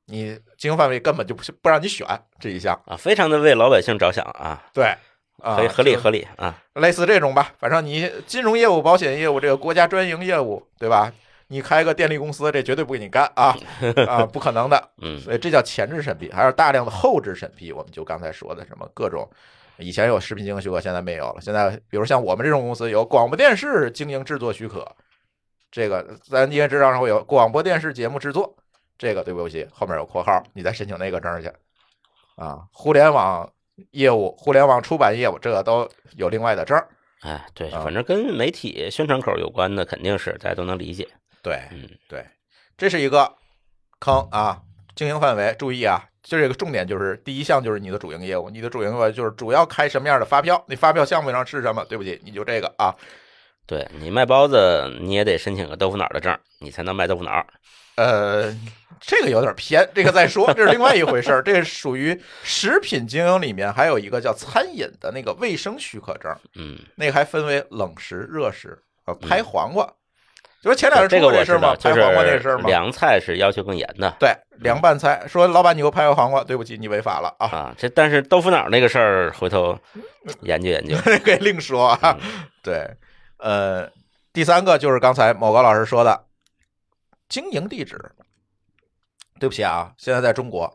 S1: 你经营范围根本就不是不让你选这一项，
S2: 啊，非常的为老百姓着想啊，
S1: 对，啊
S2: 合，合理
S1: 就是
S2: 合理啊，
S1: 类似这种吧，反正你金融业务、保险业务这个国家专营业务，对吧？你开个电力公司，这绝对不给你干啊啊，不可能的。
S2: 嗯
S1: 所以这叫前置审批，还有大量的后置审批。我们就刚才说的什么各种，以前有食品经营许可，现在没有了。现在比如像我们这种公司有广播电视经营制作许可，这个咱今天知道上会有广播电视节目制作，这个对不起，后面有括号，你再申请那个证去啊。互联网业务、互联网出版业务，这个都有另外的证儿。
S2: 哎，对，
S1: 啊
S2: 反正跟媒体宣传口有关的，肯定是大家都能理解。
S1: 对
S2: 嗯
S1: 对，这是一个坑啊，经营范围注意啊，就这个重点就是第一项就是你的主营业务，你的主营业务就是主要开什么样的发票，你发票项目上是什么？对不起，你就这个啊，
S2: 对你卖包子，你也得申请个豆腐脑的证，你才能卖豆腐脑。
S1: 呃，这个有点偏，这个再说，这是另外一回事儿，这是属于食品经营里面还有一个叫餐饮的那个卫生许可证，
S2: 嗯，
S1: 那个还分为冷食、热食啊，拍黄瓜。就是前两天
S2: 这
S1: 出
S2: 个
S1: 过这
S2: 我
S1: 事
S2: 知
S1: 儿吗
S2: 道，？就
S1: 拍黄瓜这事
S2: 是
S1: 儿吗？
S2: 凉菜是要求更严的
S1: 对，凉拌菜说老板你给我拍个黄瓜，对不起，你违法了啊！
S2: 啊。这但是豆腐脑那个事儿，回头研究 研究。
S1: 可以另说啊。对，呃，第三个就是刚才某高老师说的经营地址。对不起啊，现在在中国，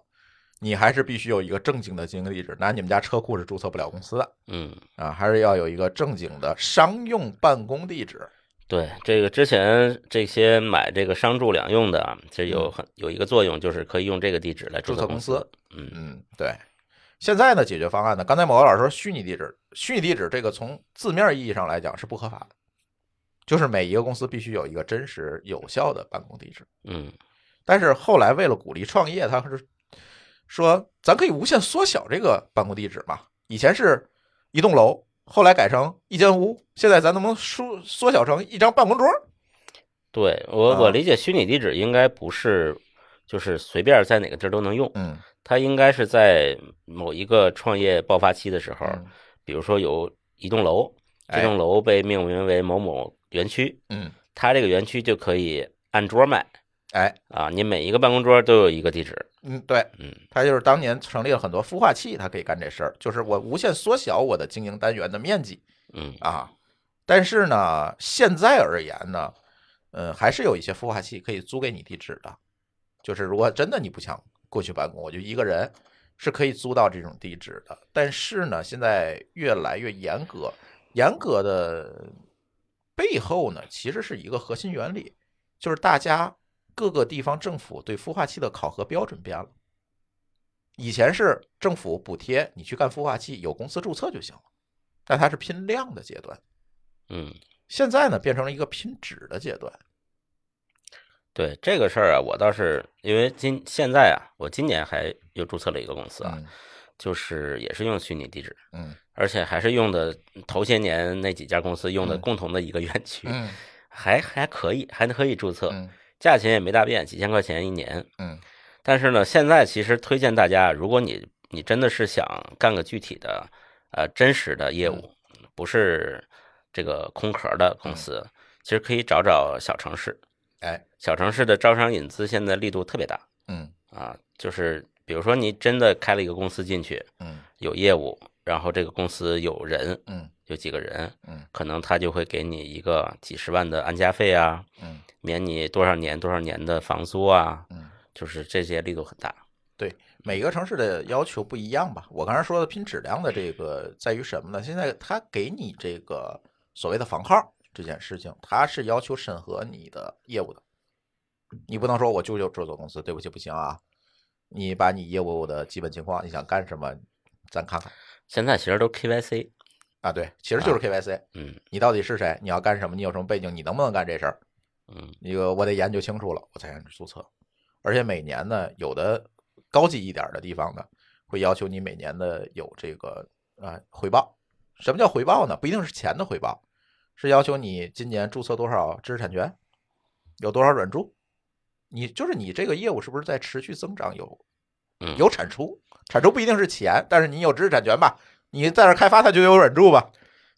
S1: 你还是必须有一个正经的经营地址，拿你们家车库是注册不了公司的
S2: 嗯，
S1: 啊，还是要有一个正经的商用办公地址。
S2: 对，这个之前这些买这个商住两用的啊，其实有很有一个作用，就是可以用这个地址来
S1: 嗯注
S2: 注
S1: 册
S2: 册
S1: 公
S2: 公
S1: 司
S2: 司。嗯，
S1: 嗯，对。现在呢，解决方案呢，刚才某个老师说虚拟地址，虚拟地址这个从字面意义上来讲是不合法的，就是每一个公司必须有一个真实有效的办公地址。
S2: 嗯，
S1: 但是后来为了鼓励创业，他是说咱可以无限缩小这个办公地址嘛。以前是一栋楼，后来改成一间屋，现在咱能不能缩缩小成一张办公桌？
S2: 对我我
S1: 啊
S2: 理解虚拟地址应该不是就是随便在哪个地儿都能用，
S1: 嗯，
S2: 它应该是在某一个创业爆发期的时候，
S1: 嗯
S2: 比如说有一栋楼，
S1: 哎
S2: 这栋楼被命名为某某园区，
S1: 嗯，
S2: 它这个园区就可以按桌卖
S1: 哎，
S2: 啊，你每一个办公桌都有一个地址，
S1: 嗯，对，
S2: 嗯，
S1: 他就是当年成立了很多孵化器，他可以干这事儿，就是我无限缩小我的经营单元的面积
S2: 嗯
S1: 啊。但是呢，现在而言呢，嗯，还是有一些孵化器可以租给你地址的，就是如果真的你不想过去办公，我就一个人是可以租到这种地址的。但是呢，现在越来越严格，严格的背后呢，其实是一个核心原理，就是大家各个地方政府对孵化器的考核标准变了。以前是政府补贴你去干孵化器，有公司注册就行了，那它是拼量的阶段。
S2: 嗯。
S1: 现在呢，变成了一个拼质的阶段。
S2: 对这个事儿啊，我倒是因为今现在啊，我今年还又注册了一个公司啊，就是也是用虚拟地址，
S1: 嗯
S2: 而且还是用的头些年那几家公司用的
S1: 嗯
S2: 共同的一个园区，
S1: 嗯
S2: 还还可以，还可以注册，
S1: 嗯
S2: 价钱也没大变，几千块钱一年。
S1: 嗯
S2: 但是呢，现在其实推荐大家，如果你你真的是想干个具体的呃真实的业务，
S1: 嗯
S2: 不是这个空壳儿的公司，其实可以找找小城市。
S1: 哎，
S2: 小城市的招商引资现在力度特别大
S1: 嗯
S2: 啊，就是比如说你真的开了一个公司进去，
S1: 嗯
S2: 有业务，然后这个公司有人，
S1: 嗯
S2: 有几个人，
S1: 嗯，
S2: 可能他就会给你一个几十万的安家费啊，
S1: 嗯
S2: 免你多少年多少年的房租啊，
S1: 嗯，
S2: 就是这些力度很大。
S1: 对，每个城市的要求不一样吧。我刚才说的拼质量的这个在于什么呢？现在它给你这个所谓的房号这件事情，它是要求审核你的业务的。你不能说我就就制作公司，对不起，不行啊！你把你业务的基本情况，你想干什么，咱看看
S2: 现在其实都 KYC，
S1: 啊。对，其实就是
S2: 啊
S1: KYC，、
S2: 嗯
S1: 你到底是谁，你要干什么，你有什么背景，你能不能干这事儿？
S2: 嗯，
S1: 那个我得研究清楚了，我才开始注册。而且每年呢，有的高级一点儿的地方呢，会要求你每年的有这个啊、呃回报。什么叫回报呢？不一定是钱的回报，是要求你今年注册多少知识产权，有多少软著，你就是你这个业务是不是在持续增长有
S2: 嗯
S1: 有产出？产出不一定是钱，但是你有知识产权吧，你在这儿开发它就有软著吧。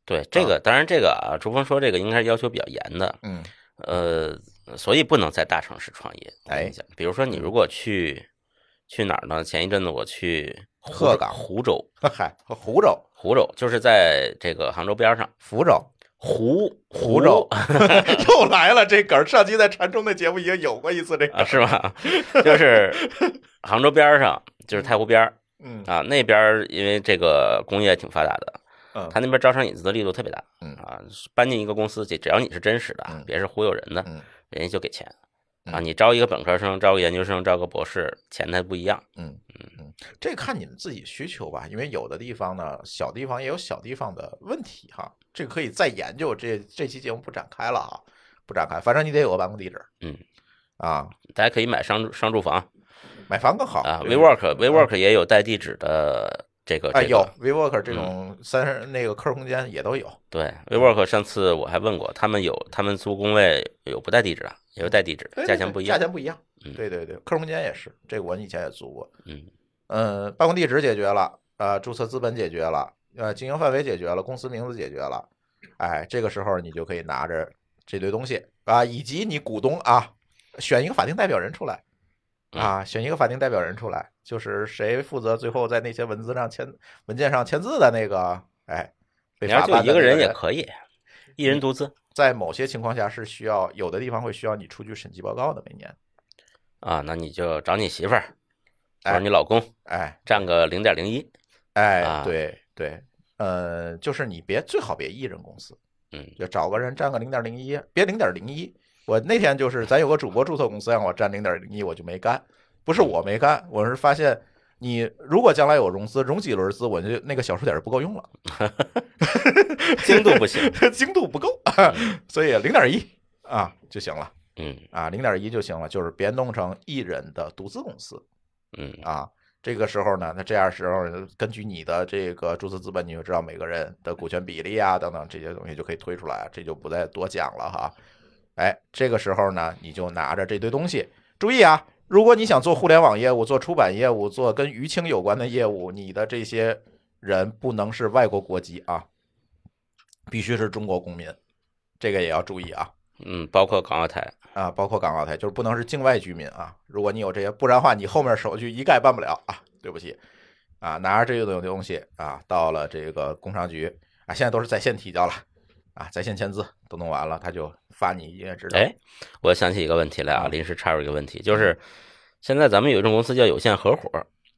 S2: 对这个，当然这个啊，朱峰说这个应该是要求比较严的，
S1: 嗯
S2: 呃，所以不能在大城市创业。我跟
S1: 哎
S2: 你讲，比如说你如果去去哪儿呢？前一阵子我去湖
S1: 鹤
S2: 州
S1: 岗
S2: 湖州，
S1: 嗨，湖州、
S2: 湖州就是在这个杭州边儿上，
S1: 福州，
S2: 狐
S1: 湖州哦 又来了这梗儿，上期在禅中的节目已经有过一次这梗
S2: 啊，
S1: 儿，
S2: 是吧？ 就是杭州边儿上，就是太湖边儿
S1: 嗯
S2: 啊，那边儿因为这个工业挺发达的，
S1: 嗯
S2: 他那边招商引资的力度特别大，
S1: 嗯
S2: 啊，搬进一个公司，只只要你是真实的啊
S1: 嗯，
S2: 别是忽悠人的，
S1: 嗯
S2: 人家就给钱啊。
S1: 嗯
S2: 你招一个本科生，招个研究生，招个博士，钱它不一样。
S1: 嗯嗯嗯，这看你们自己需求吧，因为有的地方呢，小地方也有小地方的问题哈，这个可以再研究，这这期节目不展开了啊，不展开，反正你得有个办公地址，
S2: 嗯，
S1: 啊，
S2: 大家可以买商住商住房
S1: 买房更好
S2: 啊
S1: 这个
S2: ，WeWork WeWork 也有带地址的这个
S1: 啊，
S2: 这
S1: 有
S2: 个，
S1: WeWork 这种三十那个客空间也都有，
S2: 对 WeWork 上次我还问过，他们有他们租工位有不带地址的，也有带地址
S1: 对，
S2: 价
S1: 对
S2: 钱
S1: 对
S2: 不一
S1: 哎价
S2: 样。
S1: 钱不一样
S2: 嗯，
S1: 对对对，客空间也是，这个我以前也租过，
S2: 嗯
S1: 嗯，办公地址解决了，呃，注册资本解决了，呃，经营范围解决了，公司名字解决了，哎，这个时候你就可以拿着这堆东西啊，以及你股东啊，选一个法定代表人出来啊，选一个法定代表人出来，就是谁负责最后在那些文字上签文件上签字的那个，哎，被
S2: 你要
S1: 法
S2: 就
S1: 办的
S2: 一
S1: 那
S2: 个人
S1: 人
S2: 也可以，一人独资
S1: 在某些情况下是需要，有的地方会需要你出具审计报告的，每年，
S2: 啊，那你就找你媳妇儿，
S1: 哎
S2: 找你老公
S1: 哎
S2: 占个零点零一，
S1: 哎
S2: 啊，
S1: 对对，呃，就是你别最好别一人公司。
S2: 嗯，
S1: 就找个人占个零点零一，别零点零一。我那天就是咱有个主播注册公司让我占零点零一，我就没干。不是我没干，我是发现你如果将来有融资，融几轮资，我就那个小数点不够用了，
S2: 精度不行。
S1: 精度不够， 所以零点一啊就行了
S2: 嗯
S1: 啊，零点一就行了，就是别弄成一人的独资公司
S2: 嗯
S1: 啊。这个时候呢，那这样时候根据你的这个注册资本，你就知道每个人的股权比例啊等等这些东西就可以推出来，啊这就不再多讲了哈。哎，这个时候呢，你就拿着这堆东西，注意啊，如果你想做互联网业务、做出版业务、做跟舆情有关的业务，你的这些人不能是外国国籍啊，必须是中国公民，这个也要注意啊。
S2: 嗯，包括港澳台，
S1: 啊，包括港澳台，就是不能是境外居民啊。如果你有这些，不然的话你后面手续一概办不了啊。对不起，啊，拿着这种东西啊，到了这个工商局啊，现在都是在线提交了啊，在线签字都弄完了，他就发你营业执照。
S2: 哎，我想起一个问题来啊，
S1: 嗯
S2: 临时插入一个问题，就是现在咱们有一种公司叫有限合伙，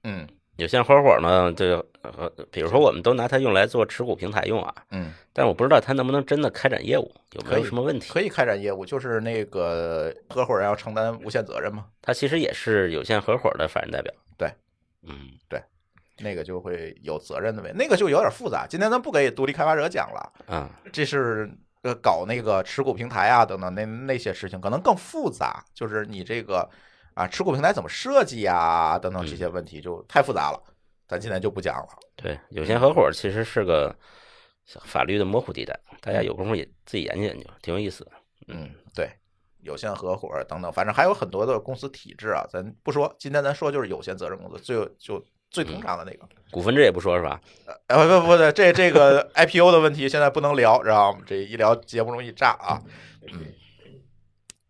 S1: 嗯
S2: 有限合伙呢，这个呃，比如说我们都拿它用来做持股平台用啊，
S1: 嗯，
S2: 但我不知道它能不能真的开展业务，有没
S1: 可
S2: 有
S1: 以
S2: 什么问题？
S1: 可以开展业务，就是那个合伙人要承担无限责任嘛，
S2: 它其实也是有限合伙的法人代表。
S1: 对，
S2: 嗯，
S1: 那个就会有责任的问题，那个就有点复杂。今天咱不给独立开发者讲了，
S2: 啊，
S1: 这是呃搞那个持股平台啊等等那那些事情，可能更复杂，就是你这个啊持股平台怎么设计啊等等这些问题就太复杂了，咱今天就不讲了。
S2: 对，有限合伙其实是个法律的模糊地带，大家有功夫也自己研究研究，挺有意思的。
S1: 嗯，对，有限合伙儿等等，反正还有很多的公司体制啊，咱不说，今天咱说就是有限责任公司，最就最通常的那个。
S2: 股份制也不说是吧？
S1: 呃，不不不对，这这个 IPO 的问题现在不能聊，知道吗？这一聊节目容易炸啊。嗯，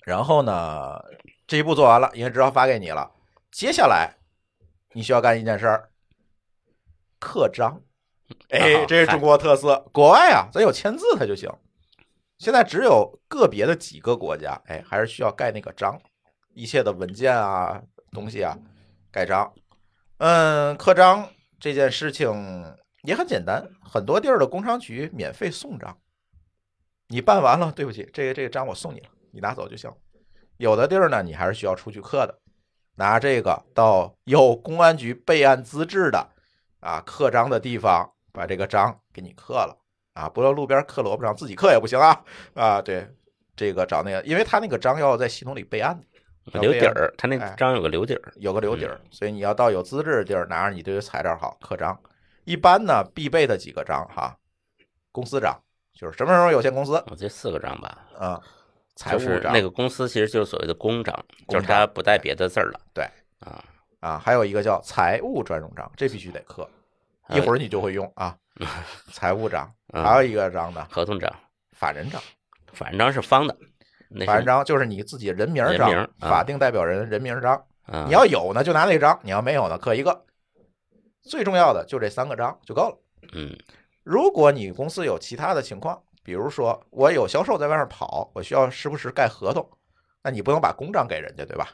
S1: 然后呢，这一步做完了，营业执照发给你了，接下来你需要干一件事儿，刻章。哎，
S2: 啊
S1: 这是
S2: 嗨
S1: 中国特色，国外啊，咱有签字它就行。现在只有个别的几个国家，哎，还是需要盖那个章，一切的文件啊、东西啊，盖章。嗯，刻章这件事情也很简单，很多地儿的工商局免费送章，你办完了，对不起，这个这个章我送你了，你拿走就行。有的地儿呢，你还是需要出去刻的，拿这个到有公安局备案资质的啊刻章的地方，把这个章给你刻了啊，不要路边刻萝卜章，自己刻也不行啊啊，对，这个找那个，因为他那个章要在系统里备案的。要
S2: 留
S1: 备
S2: 啊底
S1: 案
S2: 儿，它那
S1: 哎
S2: 章有个留底儿。
S1: 有个留底
S2: 嗯
S1: 儿，所以你要到有资质的地儿拿着你这堆材料好刻章。一般呢必备的几个章哈，公司章就是什么时候有限公司啊、
S2: 我这四个章吧，
S1: 财务
S2: 就是
S1: 章、
S2: 那个公司其实就是所谓的公章，
S1: 公
S2: 就是它
S1: 章
S2: 不带别的字儿了。
S1: 对
S2: 啊，
S1: 啊，还有一个叫财务专用章，这必须得刻，
S2: 还
S1: 一
S2: 有
S1: 会儿你就会用 啊。财务章，
S2: 哎嗯
S1: 还有一个章呢，
S2: 合同章、
S1: 法人章。
S2: 法人章是方的，那
S1: 法人
S2: 是
S1: 章就是你自己人名儿
S2: 人
S1: 章
S2: 名儿，啊
S1: 法定代表人人名儿章。
S2: 啊
S1: 你要有呢就拿那个章，你要没有呢刻一个。最重要的就这三个章就够了。
S2: 嗯
S1: 如果你公司有其他的情况，比比如说我有销售在外面跑，我需要时不时盖合同，那你不能把公章给人家，对吧？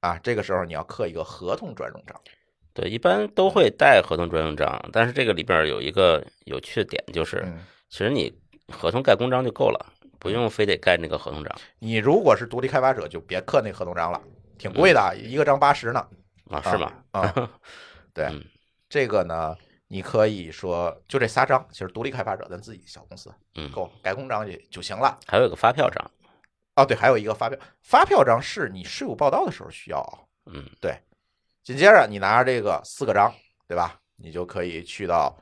S1: 啊，这个时候你要刻一个合同专用章。
S2: 对，一般都会带合同专用章，但是这个里边有一个有趣的点，就是
S1: 嗯，
S2: 其实你合同盖公章就够了，不用非得盖那个合同章
S1: 你如果是独立开发者，就别刻那合同章了，挺贵的，一个章八十呢。
S2: 啊，嗯 是吗？
S1: 啊， 对
S2: 嗯，
S1: 这个呢，你可以说就这仨章，其实独立开发者咱自己小公司
S2: 嗯，
S1: 够了，改公章也就行了。
S2: 还有一个发票章，
S1: 哦，对，还有一个发票，发票章是你税务报到的时候需要啊。
S2: 嗯，
S1: 紧接着你拿着这个四个章，对吧？你就可以去到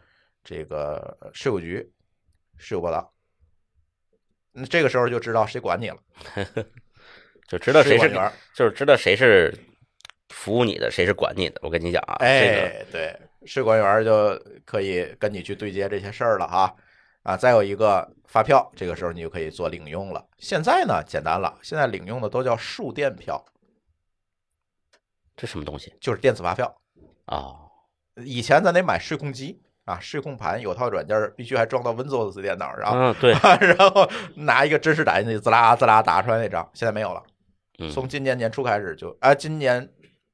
S1: 这个呃税务局税务报到。那这个时候就知道谁管你了，
S2: 就知道
S1: 税
S2: 谁是啊
S1: 管员儿。
S2: 就是知道谁是服务你的，谁是管你的。我跟你讲啊，这个
S1: 哎，对，税管员儿就可以跟你去对接这些事儿了哈。啊，再有一个发票，这个时候你就可以做领用了。现在呢，简单了，现在领用的都叫数电票，
S2: 这什么东西
S1: 就是电子发票。
S2: 哦？
S1: 以前咱得买税控机啊，税控盘有套软件儿必须还装到 Windows 电脑上，
S2: 嗯，对，
S1: 然后拿一个真实打印机滋啦滋啦打出来那张，现在没有了。
S2: 嗯，
S1: 从今年年初开始就啊、今年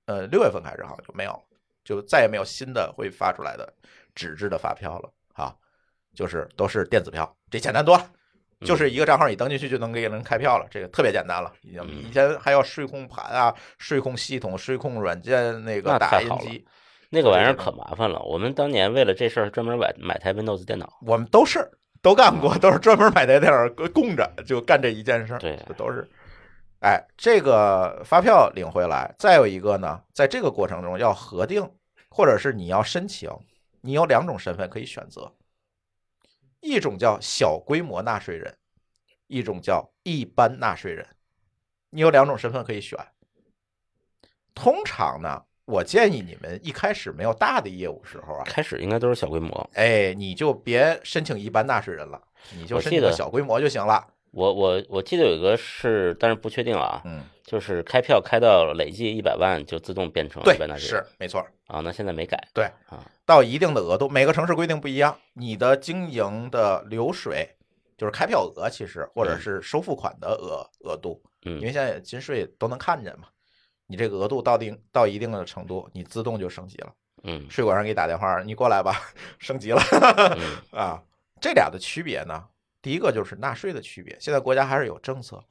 S1: 呃六月份开始好像就没有了，就再也没有新的会发出来的纸质的发票了啊，就是都是电子票，这简单多了。
S2: 嗯
S1: 就是一个账号，你登进去就能给人开票了，这个特别简单了。已经
S2: 嗯
S1: 以前还要税控盘啊、税控系统、税控软件那个
S2: 那
S1: 打
S2: 太
S1: 印
S2: 好
S1: 机，
S2: 那个玩意儿可麻烦了。我们当年为了这事儿专门买买台 Windows 电脑，
S1: 我们都是都干过，都是专门买台电脑供着就干这一件事儿，
S2: 对
S1: 这都是。哎，这个发票领回来，再有一个呢，在这个过程中要核定，或者是你要申请，你有两种身份可以选择，一种叫小规模纳税人，一种叫一般纳税人，你有两种身份可以选。通常呢，我建议你们一开始没有大的业务时候啊，
S2: 开始应该都是小规模。
S1: 哎，你就别申请一般纳税人了，你就
S2: 我
S1: 申
S2: 记
S1: 请个
S2: 得
S1: 小规模就行了。
S2: 我我我记得有一个是，但是不确定啊，
S1: 嗯，
S2: 就是开票开到累计一百万就自动变成啊一
S1: 对，
S2: 百万
S1: 是没错。
S2: 啊，那现在没改。
S1: 对
S2: 啊，
S1: 到一定的额度，每个城市规定不一样，你的经营的流水就是开票额，其实或者
S2: 嗯
S1: 是收付款的额额度，因为
S2: 嗯
S1: 现在金税都能看见嘛。你这个额度到定到一定的程度，你自动就升级了。
S2: 嗯
S1: 税管员给你打电话，你过来吧， 升级了。
S2: 嗯
S1: 啊，这俩的区别呢，第一个就是纳税的区别。现在国家还是有政策，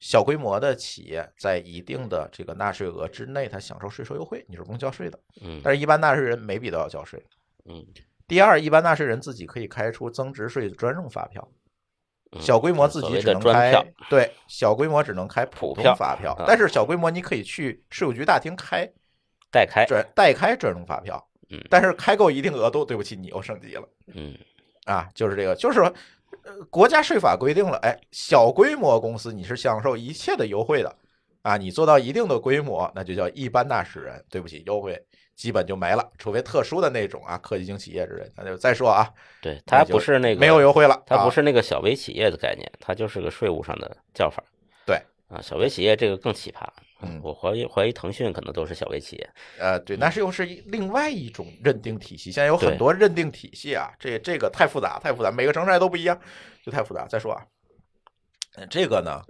S1: 小规模的企业在一定的这个纳税额之内，它享受税收优惠，你是不用交税的。
S2: 嗯
S1: 但是，一般纳税人每笔都要交税。
S2: 嗯
S1: 第二，一般纳税人自己可以开出增值税专用发票，
S2: 嗯
S1: 小规模自
S2: 所
S1: 己
S2: 谓
S1: 只
S2: 的
S1: 能
S2: 专
S1: 开
S2: 票
S1: 对小规模只能开普
S2: 普
S1: 通
S2: 票
S1: 发票
S2: 啊，
S1: 但是小规模你可以去税务局大厅开
S2: 代开，
S1: 专代开专用发票
S2: 嗯，
S1: 但是开够一定额度，对不起，你又升级了。
S2: 嗯
S1: 啊，就是这个，就是说，呃，国家税法规定了，哎，小规模公司你是享受一切的优惠的啊，你做到一定的规模，那就叫一般纳税人。对不起，优惠基本就没了，除非特殊的那种啊，科技型企业之类的。那就再说啊，
S2: 对，它
S1: 那就
S2: 不是那个
S1: 没有优惠了，
S2: 它
S1: 啊
S2: 不是那个小微企业的概念，它就是个税务上的叫法。
S1: 对
S2: 啊，小微企业这个更奇葩。
S1: 嗯
S2: 我怀疑怀疑腾讯可能都是小微企业。
S1: 呃，对，那是又是一另外一种认定体系。现在有很
S2: 嗯对
S1: 多认定体系啊，这这个太复杂，太复杂，每个城市还都不一样，就太复杂。再说啊，呃这个呢，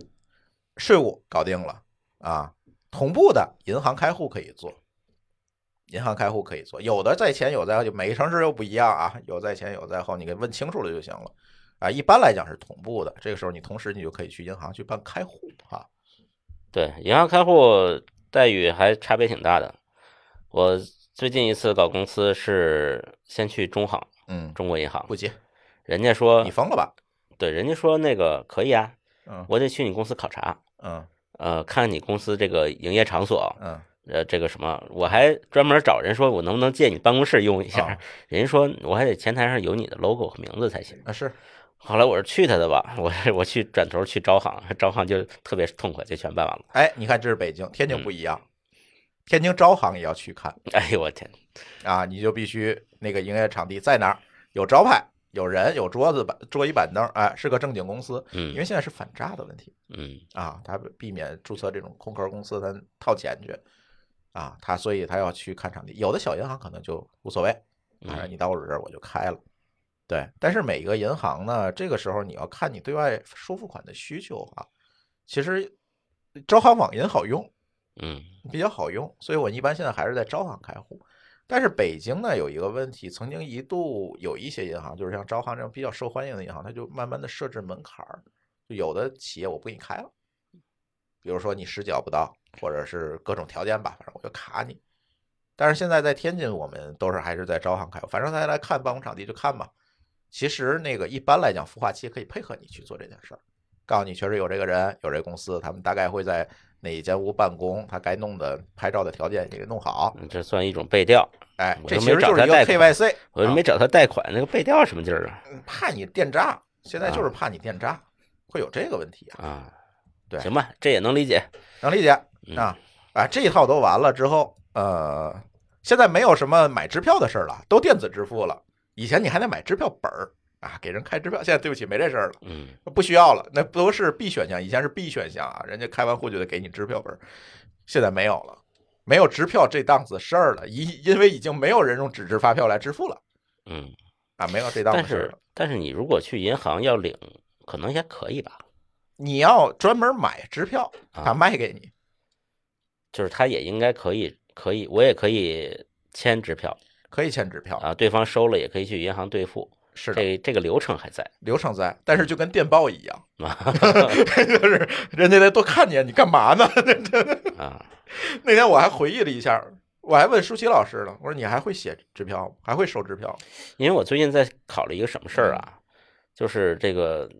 S1: 税务搞定了啊，同步的银行开户可以做，银行开户可以做，有的在前，有在后，就每个城市又不一样啊，有在前，有在后，你给问清楚了就行了。啊，一般来讲是同步的，这个时候你同时你就可以去银行去办开户啊。
S2: 对，银行开户待遇还差别挺大的。我最近一次搞公司是先去中行，
S1: 嗯，
S2: 中国银行
S1: 不，接，
S2: 人家说
S1: 你疯了吧？
S2: 对，人家说那个可以啊，
S1: 嗯
S2: 我得去你公司考察，
S1: 嗯
S2: 呃，看你公司这个营业场所，
S1: 嗯，
S2: 呃，这个什么，我还专门找人说我能不能借你办公室用一下，
S1: 啊
S2: 人家说我还得前台上有你的 logo 和名字才行。
S1: 啊是，
S2: 后来我是去他的吧，我是我去转头去招行，招行就特别痛快，就全办完了。
S1: 哎，你看这是北京，天津不一样，天津招行也要去看
S2: 哎呦我天，
S1: 啊，你就必须那个营业场地在哪儿有招牌、有人、有桌子、板桌椅板凳，哎，是个正经公司，因为
S2: 嗯
S1: 现在是反诈的问题
S2: 嗯，
S1: 啊，他避免注册这种空壳公司，他套钱去啊，他所以他要去看场地，有的小银行可能就无所谓，反正你到我这儿我就开了。对，但是每个银行呢，这个时候你要看你对外收付款的需求啊。其实招行网银好用，
S2: 嗯
S1: 比较好用，所以我一般现在还是在招行开户。但是北京呢有一个问题，曾经一度有一些银行，就是像招行这种比较受欢迎的银行，它就慢慢的设置门槛儿，就有的企业我不给你开了，比如说你实缴不到，或者是各种条件吧，反正我就卡你。但是现在在天津，我们都是还是在招行开户，反正大家来看办公场地就看吧。其实那个一般来讲，孵化器可以配合你去做这件事儿，告诉你确实有这个人，有这公司，他们大概会在哪一间屋办公，他该弄的拍照的条件也给弄好。
S2: 这算一种背调。
S1: 哎，
S2: 我
S1: 这
S2: 又
S1: 其
S2: 没
S1: 实
S2: 找
S1: 就是
S2: 他
S1: 一个
S2: 贷
S1: KYC，
S2: 我就没找他贷款，那个背调什么劲儿啊？
S1: 啊怕你电诈，现在就是怕你电诈，会有这个问题啊，
S2: 啊，
S1: 对
S2: 行吧，这也能理解。
S1: 能理解
S2: 嗯
S1: 啊？啊，这一套都完了之后，呃，现在没有什么买支票的事儿了，都电子支付了。以前你还得买支票本儿啊，给人开支票，现在对不起没这事儿了。
S2: 嗯，
S1: 不需要了，那都是 B 选项，以前是 B 选项啊，人家开完户就得给你支票本儿，现在没有了，没有支票这档子事儿了，因因为已经没有人用纸质发票来支付了
S2: 嗯，
S1: 啊，没有这档
S2: 但
S1: 子事儿
S2: 是
S1: 了。
S2: 但是你如果去银行要领，可能也可以吧？
S1: 你要专门买支票，
S2: 啊
S1: 他卖给你，
S2: 就是他也应该可以，可以，我也可以签支票
S1: 可以签支票，
S2: 啊，对方收了也可以去银行兑付，
S1: 是的，
S2: 这这个流程还在
S1: 流程在，但是就跟电报一样，
S2: 啊
S1: 就是人家得多看见你干嘛呢？
S2: 啊，
S1: 那天我还回忆了一下，我还问舒淇老师呢，我说你还会写支票吗？还会收支票吗？
S2: 因为我最近在考虑一个什么事儿
S1: 嗯
S2: 啊，就是这个，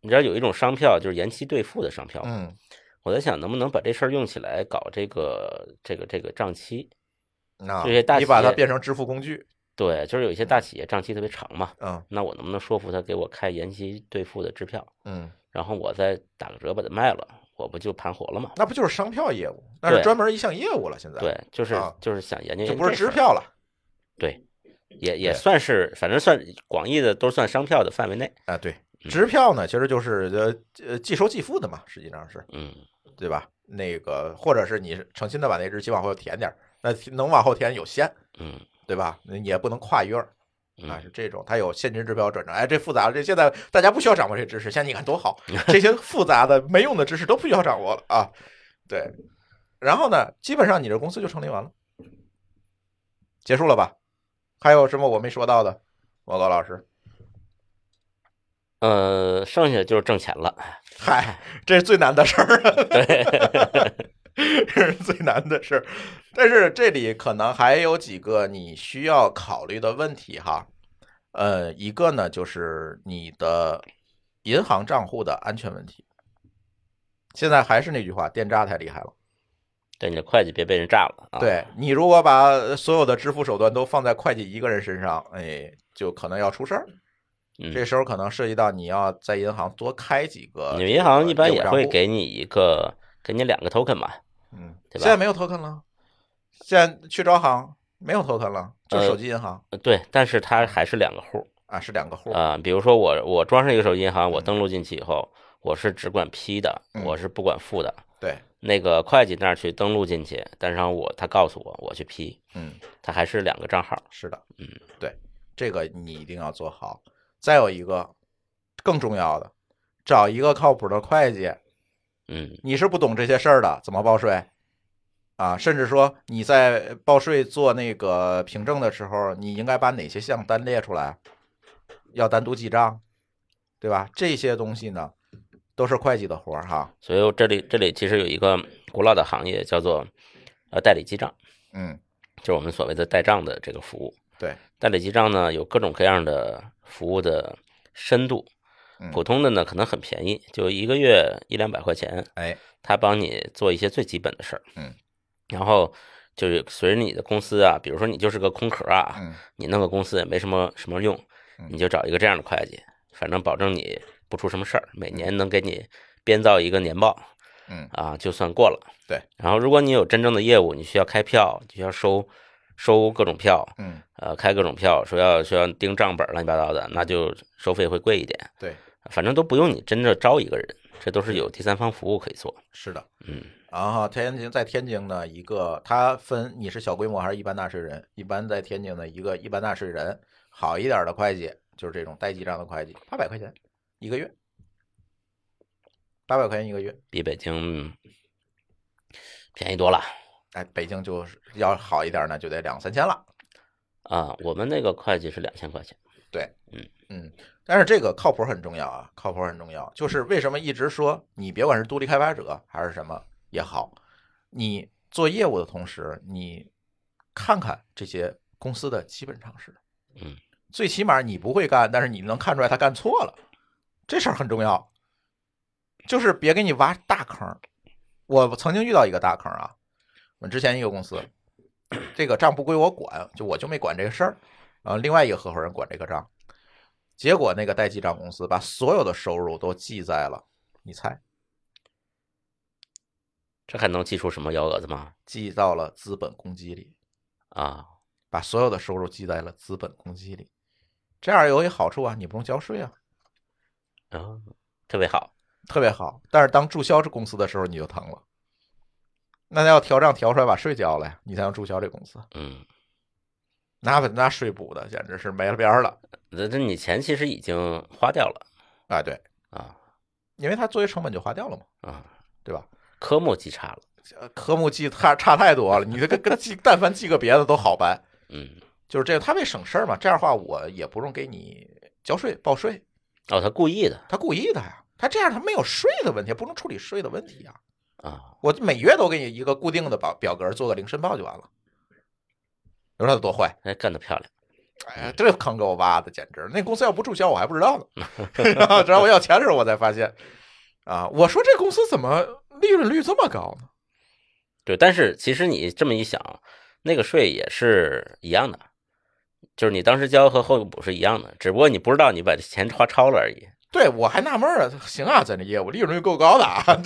S2: 你知道有一种商票就是延期兑付的商票，
S1: 嗯
S2: 我在想能不能把这事儿用起来搞这个这个这个账期，
S1: 那
S2: 这些大
S1: 你把
S2: 企
S1: 它
S2: 业
S1: 变成支付工具，
S2: 对，就是有一些大企业账期特别长嘛，
S1: 嗯
S2: 那我能不能说服他给我开延期兑付的支票，
S1: 嗯。
S2: 然后我再打个折把它卖了，我不就盘活了吗？
S1: 那不就是商票业务？那是
S2: 对
S1: 专门一项业务了。现在
S2: 对，，就是
S1: 啊
S2: 就是想研究，
S1: 就不是支，票了。
S2: 对，也也
S1: 对
S2: 算是，反正算广义的都算商票的范围内，
S1: 啊，对，
S2: 嗯
S1: 支票呢，其实就是呃呃即收即付的嘛，实际上是
S2: 嗯，
S1: 对吧？那个或者是你诚心的把那日期往后填点儿，那能往后填有限，
S2: 嗯
S1: 对吧？你也不能跨越儿啊，
S2: 嗯
S1: 是这种。它有现金支票转账，哎，这复杂了。这现在大家不需要掌握这知识，现在你看多好，这些复杂的没用的知识都不需要掌握了啊。对，然后呢，基本上你这公司就成立完了，结束了吧？还有什么我没说到的？报告老师，
S2: 呃，剩下就是挣钱了，
S1: 嗨，这是最难的事儿，
S2: 对，
S1: 这是最难的事儿。但是这里可能还有几个你需要考虑的问题哈。呃，一个呢就是你的银行账户的安全问题。现在还是那句话，电诈太厉害了。
S2: 对你的会计别被人炸了啊，，
S1: 对你如果把所有的支付手段都放在会计一个人身上，哎，就可能要出事儿。
S2: 嗯，
S1: 这时候可能涉及到你要在银行多开几个。
S2: 你们银行一般也会
S1: 给。
S2: 给你一个，给你两个 token 嘛，
S1: 嗯，
S2: 对
S1: 现
S2: 吧
S1: 在没有 token 了，现在去招行没有 token 了，就是
S2: 呃
S1: 手机银行、
S2: 呃对，但
S1: 嗯
S2: 是它还是两个户
S1: 啊，是两个户。
S2: 啊、比如说我我装上一个手机银行，我登录进去以后，我是只管批的，
S1: 嗯
S2: 我是不管付的。
S1: 对，
S2: 那个会计那儿去登录进去，但是我他告诉我我去批，
S1: 嗯，
S2: 他还是两个账号。
S1: 是的，
S2: 嗯，
S1: 对，这个你一定要做好。再有一个更重要的，找一个靠谱的会计。
S2: 嗯，
S1: 你是不懂这些事儿的，怎么报税啊？甚至说你在报税做那个凭证的时候，你应该把哪些项单列出来，要单独记账，对吧？这些东西呢，都是会计的活儿哈。
S2: 所以我这里这里其实有一个古老的行业叫做呃代理记账，
S1: 嗯，
S2: 就是我们所谓的代账的这个服务。
S1: 对，
S2: 代理记账呢有各种各样的服务的深度
S1: 嗯，
S2: 普通的呢可能很便宜，就一个月一两百块钱，
S1: 哎，
S2: 他帮你做一些最基本的事儿，
S1: 嗯，
S2: 然后就是随着你的公司啊，比如说你就是个空壳啊，
S1: 嗯
S2: 你弄个公司也没什么什么用
S1: 嗯，
S2: 你就找一个这样的会计，反正保证你不出什么事儿，每年能给你编造一个年报
S1: 嗯
S2: 啊，就算过了。
S1: 对，
S2: 然后如果你有真正的业务，你需要开票，你需要收收各种票，
S1: 嗯，
S2: 呃，开各种票，说要说要盯账本儿乱七八糟的，那就收费会贵一点，
S1: 对，
S2: 反正都不用你真的招一个人，这都是有第三方服务可以做。
S1: 是的。
S2: 嗯，
S1: 然后天津在天津呢，一个它分你是小规模还是一般纳税人，一般在天津的一个一般纳税人好一点儿的会计，就是这种代记账的会计，八百块钱一个月，八百块钱一个月。
S2: 比北京便宜多了
S1: 哎，北京就是要好一点呢，就得两三千了。
S2: 啊。我们那个会计是两千块钱，
S1: 嗯，但是这个靠谱很重要啊，靠谱很重要。就是为什么一直说你别管是独立开发者还是什么也好，你做业务的同时，你看看这些公司的基本常识。
S2: 嗯，
S1: 最起码你不会干，但是你能看出来他干错了，这事儿很重要。就是别给你挖大坑儿。我曾经遇到一个大坑儿啊，我们之前一个公司，这个账不归我管，就我就没管这个事儿，然后另外一个合伙人管这个账。结果那个代记账公司把所有的收入都记在了，你猜
S2: 这还能记出什么幺蛾子吗？
S1: 记到了资本公积里，
S2: 啊，
S1: 把所有的收入记在了资本公积里。这样有一好处啊，你不用交税啊，
S2: 啊，特别好，
S1: 特别好。但是当注销这公司的时候，你就疼了。那要调账调出来把税交了呀，你才能注销这公司。
S2: 嗯，
S1: 那那税补的简直是没了边儿了
S2: 这这你钱其实已经花掉了
S1: 啊！对，
S2: 啊
S1: 因为它作为成本就花掉了嘛，
S2: 啊，
S1: 对吧？
S2: 科目记差了，
S1: 呃科目记差差太多了，你这个跟记，但凡记个别的都好办。
S2: 嗯，
S1: 就是这个，他为省事儿嘛，这样的话我也不用给你交税报税，
S2: 哦，他故意的
S1: 他故意的呀，他这样他没有税的问题，不能处理税的问题啊，
S2: 啊，
S1: 我每月都给你一个固定的表表格做个零申报就完了，你说他有多坏？
S2: 哎，干得漂亮，
S1: 哎呀，这个坑给我挖的简直，那公司要不注销我还不知道呢， 直到我要钱的时候我才发现，啊，我说这公司怎么利润率这么高呢？
S2: 对，但是其实你这么一想，那个税也是一样的，就是你当时交和后补是一样的，只不过你不知道你把这钱花超了而已。
S1: 对，我还纳闷儿啊，行啊，咱这业务利润率够高的啊，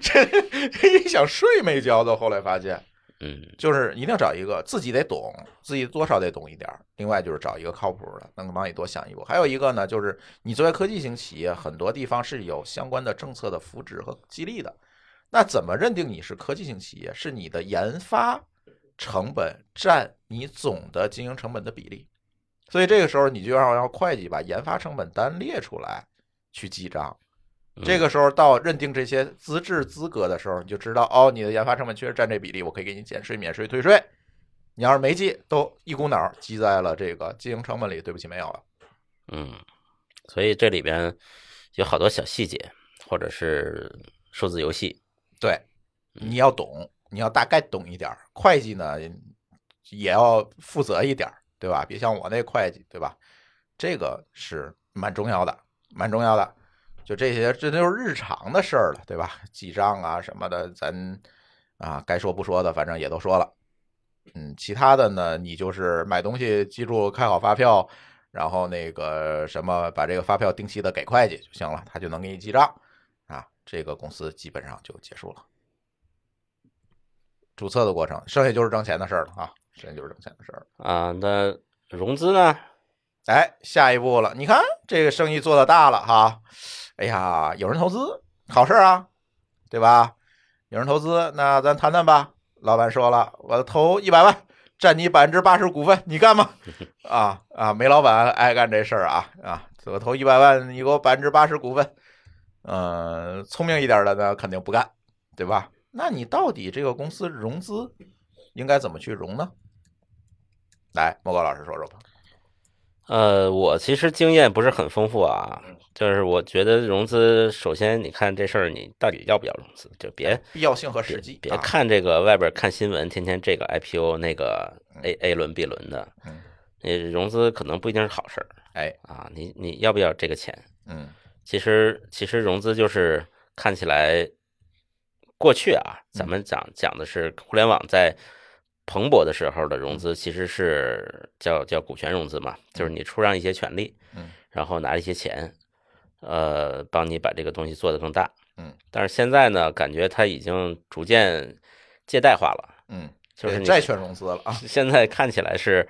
S1: 这这这一想税没交到，后来发现。
S2: 嗯，
S1: 就是一定找一个自己得懂，自己多少得懂一点儿。另外就是找一个靠谱的，能够帮你多想一步。还有一个呢，就是你作为科技型企业，很多地方是有相关的政策的扶持和激励的。那怎么认定你是科技型企业？是你的研发成本占你总的经营成本的比例。所以这个时候你就要让会计把研发成本单列出来去记账。
S2: 嗯
S1: 这个时候到认定这些资质资格的时候，你就知道哦，你的研发成本确实占这比例，我可以给你减税、免税、退税。你要是没记，都一股脑儿记在了这个经营成本里，对不起，没有了。
S2: 嗯，所以这里边有好多小细节，或者是数字游戏，
S1: 对，你要懂，你要大概懂一点儿。会计呢，也要负责一点儿，对吧？别像我那会计，对吧？这个是蛮重要的，蛮重要的。就这些，这都是日常的事儿了，对吧？记账啊什么的，咱啊该说不说的，反正也都说了。嗯，其他的呢，你就是买东西记住开好发票，然后那个什么，把这个发票定期的给会计就行了，他就能给你记账啊。这个公司基本上就结束了。注册的过程，剩下就是挣钱的事儿了啊，剩下就是挣钱的事儿了。
S2: 啊，那融资呢？
S1: 哎，下一步了，你看这个生意做的大了哈，哎呀，有人投资，好事儿啊，对吧？有人投资，那咱谈谈吧。老板说了，我投一百万，占你百分之八十股份，你干吗？啊啊，煤老板爱干这事儿啊啊，我投一百万，你给我百分之八十股份。嗯、聪明一点的呢，肯定不干，对吧？那你到底这个公司融资应该怎么去融呢？来，莫高老师说说吧。
S2: 呃，我其实经验不是很丰富啊，就是我觉得融资，首先你看这事儿，你到底要不要融资，就别
S1: 必要性和
S2: 别
S1: 实际。
S2: 别
S1: 啊，
S2: 看这个外边看新闻，天天这个 IPO 那个 A A 轮 B 轮的
S1: 嗯，
S2: 你融资可能不一定是好事儿
S1: 哎，
S2: 啊，你你要不要这个钱？
S1: 嗯
S2: 其实其实融资就是看起来，过去啊，
S1: 嗯
S2: 咱们讲讲的是互联网在蓬勃的时候的
S1: 嗯
S2: 融资，其实是叫叫股权融资嘛，就是你出让一些权利，
S1: 嗯，
S2: 然后拿一些钱，呃，帮你把这个东西做得更大，
S1: 嗯。
S2: 但是现在呢，感觉它已经逐渐借贷化了，
S1: 嗯，
S2: 就是
S1: 对
S2: 你
S1: 债权融资了啊，
S2: 现在看起来是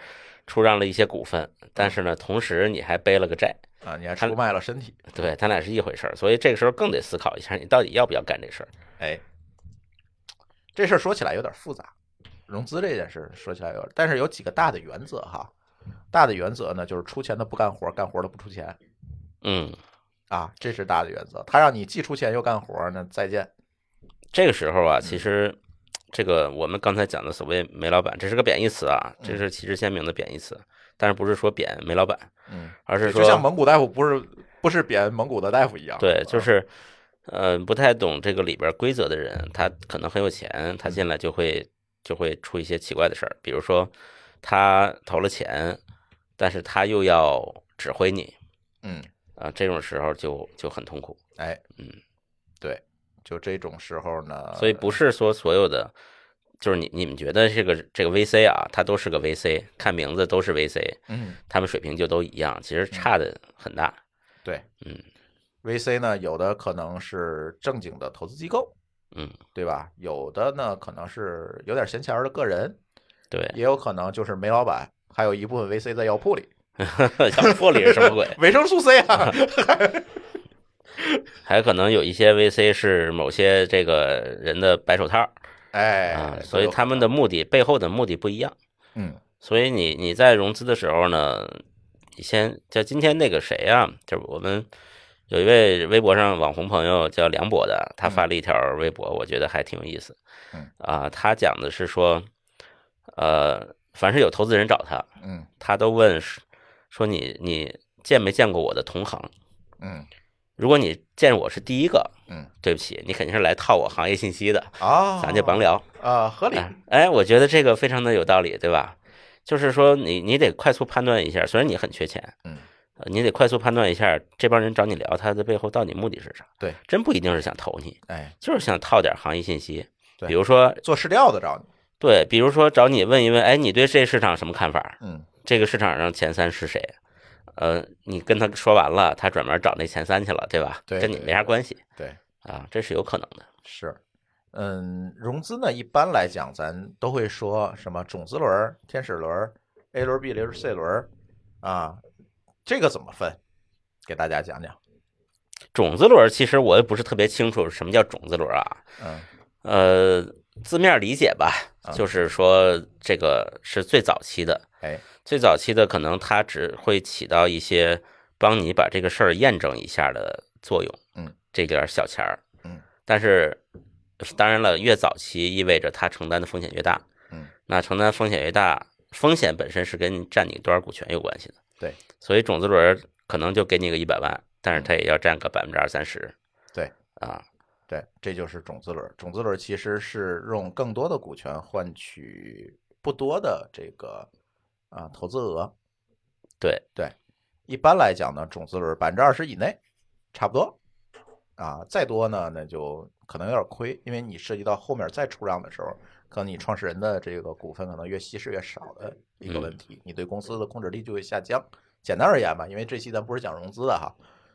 S2: 出让了一些股份，
S1: 嗯
S2: 但是呢，同时你还背了个债。
S1: 啊，你还
S2: 他
S1: 出卖了身体，
S2: 对，它俩是一回事儿，所以这个时候更得思考一下，你到底要不要干这事儿。
S1: 哎，这事儿说起来有点复杂，融资这件事说起来有点，但是有几个大的原则哈。大的原则呢，就是出钱的不干活，干活的不出钱
S2: 嗯，
S1: 啊，这是大的原则。他让你既出钱又干活，那再见。
S2: 这个时候啊，
S1: 嗯
S2: 其实这个我们刚才讲的所谓煤老板，这是个贬义词啊，这是旗帜鲜明的贬义词，但是不是说贬煤老板，
S1: 嗯，
S2: 而是说
S1: 就像嗯蒙古大夫不是不是贬蒙古的大夫一样，啊
S2: 对，就是，呃，不太懂这个里边儿规则的人，他可能很有钱，
S1: 嗯
S2: 他进来就会就会出一些奇怪的事儿，比如说他投了钱，但是他又要指挥你
S1: 嗯，
S2: 啊、这种时候就就很痛苦。
S1: 哎，
S2: 嗯，
S1: 对，就这种时候呢，
S2: 所以不是说所有的，就是你你们觉得这个这个 VC 啊，它都是个 VC，看名字都是 VC，
S1: 嗯，
S2: 他们水平就都一样，其实差的很大。
S1: 对，
S2: 嗯
S1: ，VC 呢，有的可能是正经的投资机构，
S2: 嗯，
S1: 对吧？有的呢，可能是有点闲钱儿的个人，
S2: 对，
S1: 也有可能就是煤老板，还有一部分 VC 在药铺里，
S2: 小破里是什么 鬼？
S1: 维生素 C 啊，
S2: 还可能有一些 VC 是某些这个人的白手套儿啊
S1: 哎，，
S2: 所以他们的目的背后的目的不一样。
S1: 嗯
S2: 所以你你在融资的时候呢，你先像今天那个谁啊，就是我们有一位微博上网红朋友叫梁博的，他发了一条微博，我觉得还挺有意思
S1: 嗯。
S2: 啊，他讲的是说，呃，凡是有投资人找他，
S1: 嗯
S2: 他都问是说你你见没见过我的同行？
S1: 嗯
S2: 如果你见我是第一个，
S1: 嗯
S2: 对不起，你肯定是来套我行业信息的，
S1: 啊，
S2: 咱就甭聊。
S1: 啊，合理，
S2: 哎哎，我觉得这个非常的有道理，对吧？就是说你你得快速判断一下，虽然你很缺钱，
S1: 嗯
S2: 呃，你得快速判断一下这帮人找你聊，他的背后到底目的是啥？
S1: 对，
S2: 真不一定是想投你，
S1: 哎，
S2: 就是想套点行业信息，
S1: 对
S2: 比如说
S1: 做市调的找你，
S2: 对，比如说找你问一问，哎，你对这市场什么看法？
S1: 嗯
S2: 这个市场上前三是谁？呃，你跟他说完了，他转门找那前三去了，对吧？
S1: 对
S2: 跟你
S1: 对
S2: 没啥关系
S1: 对。
S2: 啊，这是有可能的。
S1: 是，嗯，融资呢，一般来讲，咱都会说什么种子轮儿、天使轮儿、A 轮儿、B 轮儿、C 轮儿啊，这个怎么分？给大家讲讲。
S2: 种子轮儿其实我也不是特别清楚什么叫种子轮儿啊，
S1: 嗯
S2: 呃，字面理解吧
S1: 啊，
S2: 就是说这个是最早期的，
S1: 哎，
S2: 最早期的可能它只会起到一些帮你把这个事儿验证一下的作用，
S1: 嗯，
S2: 这点儿小钱儿，
S1: 嗯，
S2: 但是当然了，越早期意味着它承担的风险越大，
S1: 嗯，
S2: 那承担风险越大，风险本身是跟你占你多少股权有关系的，
S1: 对，嗯
S2: 所以种子轮儿可能就给你个一百万，但是它也要占个百分之二三十，
S1: 对，
S2: 啊，
S1: 对，这就是种子轮儿。种子轮儿其实是用更多的股权换取不多的这个啊投资额。
S2: 对
S1: 对，一般来讲呢，种子轮百分之二十以内，差不多啊，再多呢，那就可能有点亏，因为你涉及到后面再出让的时候，可能你创始人的这个股份可能越稀释越少的一个问题，你对公司的控制力就会下降。简单而言吧，因为这期咱不是讲融资的哈，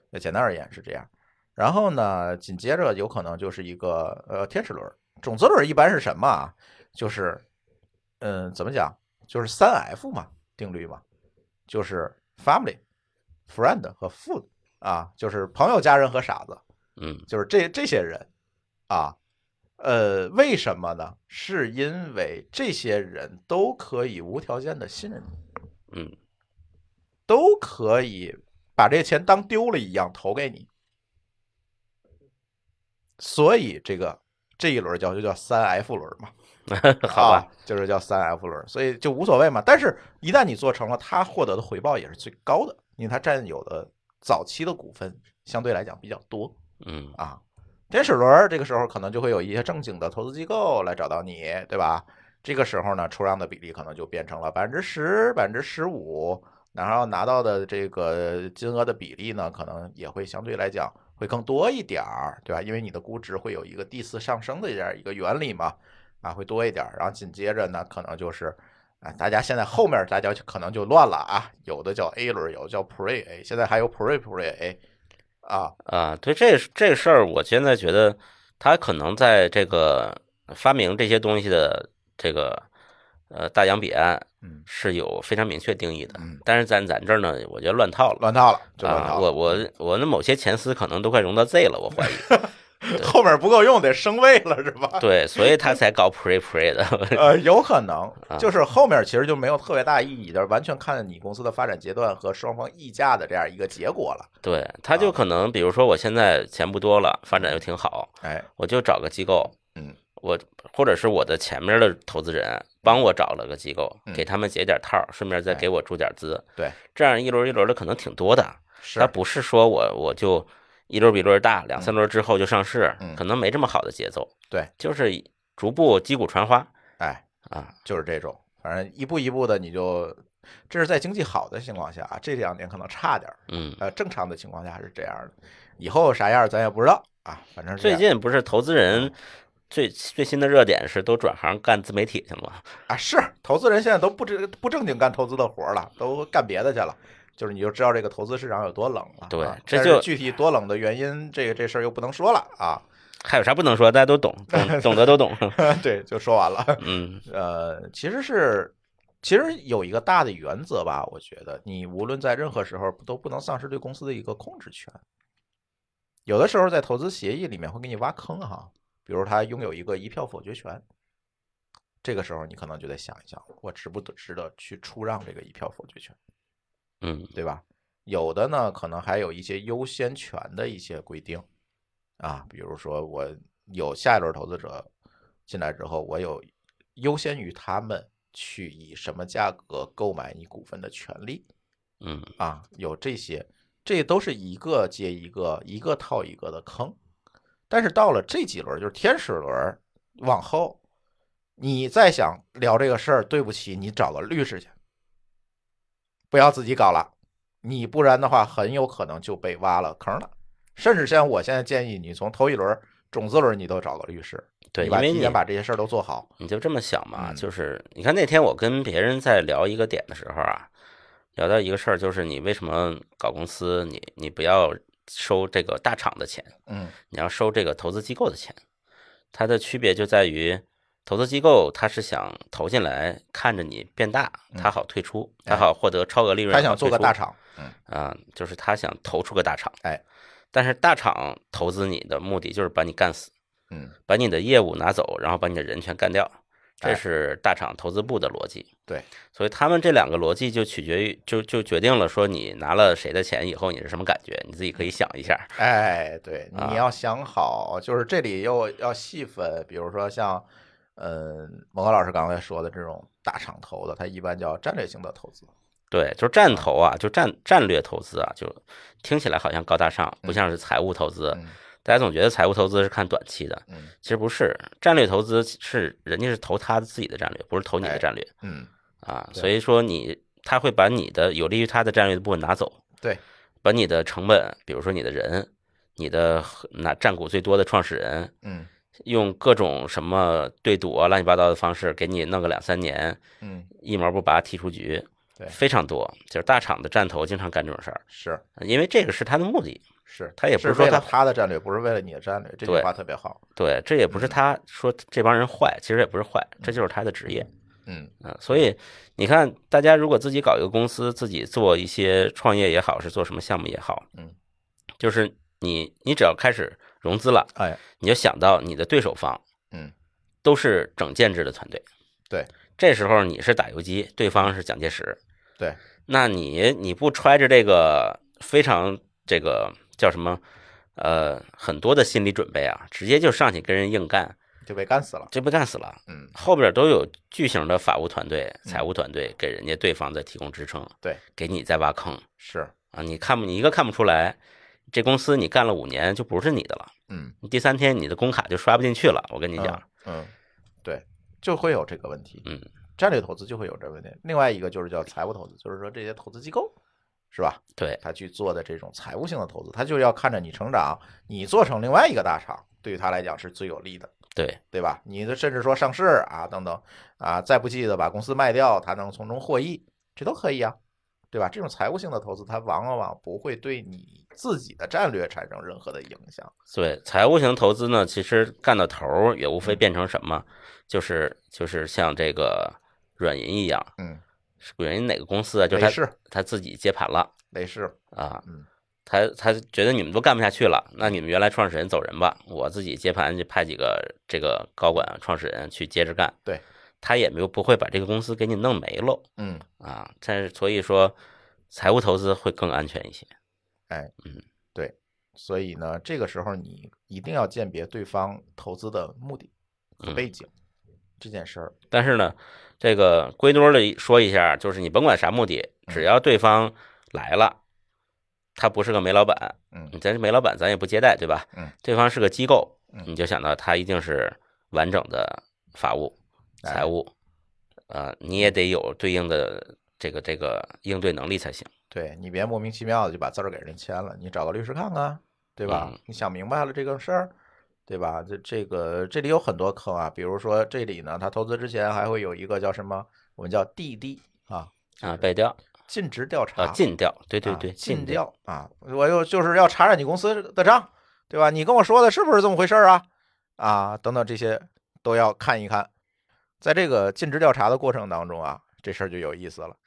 S1: 那简单而言是这样。然后呢，紧接着有可能就是一个呃天使轮儿，种子轮儿一般是什么啊？就是嗯，怎么讲？就是三 F 嘛，定律嘛，就是 family、friend 和 food 啊，就是朋友、家人和傻子，
S2: 嗯。
S1: 就是这这些人啊。呃，为什么呢？是因为这些人都可以无条件的信任你，
S2: 嗯，
S1: 都可以把这钱当丢了一样投给你，所以这个这一轮叫就叫三 F 轮嘛，
S2: 好吧
S1: 啊，就是叫三 F 轮，所以就无所谓嘛。但是，一旦你做成了，它获得的回报也是最高的，因为它占有的早期的股份相对来讲比较多
S2: 嗯
S1: 啊。天使轮儿这个时候可能就会有一些正经的投资机构来找到你，对吧？这个时候呢，出让的比例可能就变成了百分之十、百分之十五，然后拿到的这个金额的比例呢，可能也会相对来讲会更多一点儿，对吧？因为你的估值会有一个递次上升的这样一个原理嘛，啊，会多一点儿。然后紧接着呢，可能就是啊，大家现在后面大家就可能就乱了啊，有的叫 A 轮，有的叫 Pre A，现在还有 Pre Pre A 啊，
S2: 啊，对这这个事儿，我现在觉得他可能在这个发明这些东西的这个呃大洋彼岸
S1: 嗯，
S2: 是有非常明确定义的
S1: 嗯，
S2: 但是咱咱这儿呢，我觉得乱套了
S1: 乱套了，就乱嗯
S2: 啊！
S1: 套
S2: 我
S1: 了。
S2: 我我那某些前司可能都快融到 Z 了，我怀疑
S1: 后面不够用得升位了是吧？
S2: 对，所以他才搞 pre pre 的。
S1: 呃，有可能，就是后面其实就没有特别大意义的，完全看你公司的发展阶段和双方议价的这样一个结果了。
S2: 对，他
S1: 啊
S2: 就可能比如说我现在钱不多了，发展又挺好，
S1: 哎，
S2: 我就找个机构，
S1: 嗯，
S2: 我或者是我的前面的投资人帮我找了个机构
S1: 嗯，哎
S2: 给他们解点套儿，顺便再给我注点资，
S1: 对，
S2: 这样一轮一轮的可能挺多的。
S1: 是
S2: 它不是说我我就一轮比一轮大，两三轮之后就上市
S1: 嗯，
S2: 可能没这么好的节奏。
S1: 对，
S2: 就是逐步击鼓传花
S1: 哎，
S2: 啊。
S1: 就是这种，反正一步一步的你就，这是在经济好的情况下啊，这两年可能差点儿，
S2: 嗯，
S1: 呃，正常的情况下是这样的，以后啥样咱也不知道啊，嗯反正是这
S2: 最
S1: 样
S2: 近不是投资人最最新的热点是都转行干自媒体去了吗？
S1: 啊，是投资人现在都不正不正经干投资的活儿了，都干别的去了。就是你就知道这个投资市场有多冷了啊，
S2: 对这
S1: 但是
S2: 就
S1: 具体多冷的原因，这个这事儿又不能说了啊。
S2: 还有啥不能说？大家都懂，懂懂得都懂。
S1: 对，就说完了。
S2: 嗯
S1: 呃，其实是，其实有一个大的原则吧，我觉得你无论在任何时候都不能丧失对公司的一个控制权。有的时候在投资协议里面会给你挖坑哈，比如他拥有一个一票否决权，这个时候你可能就得想一想，我值不值得去出让这个一票否决权，
S2: 嗯
S1: 对吧？有的呢，可能还有一些优先权的一些规定啊，比如说我有下一轮投资者进来之后，我有优先于他们去以什么价格购买你股份的权利
S2: 嗯，
S1: 啊，有这些，这都是一个接一个，一个套一个的坑。但是到了这几轮，就是天使轮儿往后，你再想聊这个事儿，对不起，你找个律师去，不要自己搞了，你不然的话，很有可能就被挖了坑了。甚至像我现在建议你从头一轮儿、种子轮儿，你都找个律师，
S2: 对，
S1: 你
S2: 因
S1: 把
S2: 为
S1: 提
S2: 你
S1: 前把这些事儿都做好。
S2: 你就这么想嘛，
S1: 嗯
S2: 就是你看那天我跟别人在聊一个点的时候啊，聊到一个事儿，就是你为什么搞公司，你你不要收这个大厂的钱，
S1: 嗯
S2: 你要收这个投资机构的钱，它的区别就在于投资机构它是想投进来看着你变大，它好退出，它好获得超额利，润，
S1: 他嗯哎想做个大
S2: 厂。
S1: 厂，嗯，
S2: 啊，就是他想投出个大厂，
S1: 哎，
S2: 但是大厂投资你的目的就是把你干死，
S1: 嗯，
S2: 把你的业务拿走，然后把你的人全干掉，
S1: 哎
S2: 这是大厂投资部的逻辑。
S1: 对，
S2: 所以他们这两个逻辑就取决于，就就决定了说你拿了谁的钱以后你是什么感觉，你自己可以想一下。
S1: 哎，对，
S2: 啊
S1: 你要想好，就是这里又要细分，比如说像，嗯，蒙哥老师刚才说的这种大厂投的，它一般叫战略性的投资，
S2: 对，就是战投啊，就战战略投资啊，就听起来好像高大上，不像是财务投资。
S1: 嗯
S2: 大家总觉得财务投资是看短期的，
S1: 嗯
S2: 其实不是，战略投资是人家是投他自己的战略，不是投你
S1: 哎
S2: 的战略。
S1: 嗯，
S2: 啊，
S1: 对
S2: 所以说你他会把你的有利于他的战略的部分拿走，
S1: 对，
S2: 把你的成本，比如说你的人，你的和拿占股最多的创始人，
S1: 嗯
S2: 用各种什么对赌啊、乱七八糟的方式给你弄个两三年，
S1: 嗯，
S2: 一毛不拔踢出局，
S1: 对
S2: 非常多，就是大厂的战投经常干这种事儿，
S1: 是
S2: 因为这个是他的目的，
S1: 是，
S2: 他也不
S1: 是
S2: 是说
S1: 为了
S2: 他
S1: 他的战略，不是为了你的战略，这句
S2: 对
S1: 话特别好，
S2: 对，这也不
S1: 嗯
S2: 是他说这帮人坏，其实也不是坏，这就是他的职业，
S1: 嗯
S2: 嗯，所以你看，大家如果自己搞一个公司，自己做一些创业也好，是做什么项目也好，
S1: 嗯，
S2: 就是你你只要开始融资了，
S1: 哎，
S2: 你就想到你的对手方，
S1: 嗯，
S2: 都是整建制的团队，
S1: 对，
S2: 这时候你是打游击，对方是蒋介石，
S1: 对，
S2: 那你你不揣着这个非常这个叫什么，呃，很多的心理准备啊，直接就上去跟人硬干，
S1: 就被干死了，
S2: 这被干死了。
S1: 嗯
S2: 后边都有巨型的法务团队、财务团队给人家对方在提供支撑，
S1: 对，
S2: 给你在挖坑
S1: 是，
S2: 啊！你看不，你一个看不出来，这公司你干了五年就不是你的了，
S1: 嗯
S2: 你第三天你的工卡就刷不进去了。我跟你
S1: 嗯
S2: 讲，
S1: 嗯，对，就会有这个问题，
S2: 嗯，
S1: 战略投资就会有这个问题，另外一个就是叫财务投资，就是说这些投资机构，是吧？
S2: 对
S1: 他去做的这种财务性的投资，他就要看着你成长，你做成另外一个大厂，对于他来讲是最有利的，
S2: 对
S1: 对吧？你的甚至说上市啊等等啊，再不济的把公司卖掉，他能从中获益，这都可以啊，对吧？这种财务性的投资，它往往不会对你自己的战略产生任何的影响。
S2: 对，财务型投资呢，其实干到头儿也无非变成什么，就是就是像这个软银一样，
S1: 嗯，
S2: 是软银哪个公司啊？就是
S1: 雷
S2: 他
S1: 士
S2: 他自己接盘了
S1: 雷士，
S2: 啊
S1: 嗯，
S2: 他他觉得你们都干不下去了，那你们原来创始人走人吧，我自己接盘去派几个这个高管创始人去接着干。
S1: 对，
S2: 他也没有不会把这个公司给你弄没喽
S1: 嗯，
S2: 啊。但是所以说，财务投资会更安全一些。
S1: 所以呢，这个时候你一定要鉴别对方投资的目的和
S2: 嗯
S1: 背景、这件事儿。
S2: 但是呢，这个归多的说一下，就是你甭管啥目的，只
S1: 嗯
S2: 要对方来了，他不是个煤老板，
S1: 嗯
S2: 咱是煤老板，咱也不接待，对吧？
S1: 嗯，
S2: 对方是个机构
S1: 嗯，
S2: 你就想到他一定是完整的法务、
S1: 哎
S2: 财务，呃，你也得有对应的这个这个应对能力才行。
S1: 对你别莫名其妙的就把字儿给人签了，你找个律师看看，对吧？
S2: 嗯
S1: 你想明白了这个事儿，对吧？这这个这里有很多坑啊，比如说这里呢，他投资之前还会有一个叫什么，我们叫 DD 啊，
S2: 啊，背调
S1: 尽职调查，
S2: 啊，尽调，对对
S1: 啊
S2: 对，
S1: 尽
S2: 调，
S1: 调啊，我又就是要查查你公司的账，对吧？你跟我说的是不是这么回事儿啊？啊，等等这些都要看一看。在这个尽职调查的过程当中啊，这事儿就有意思了。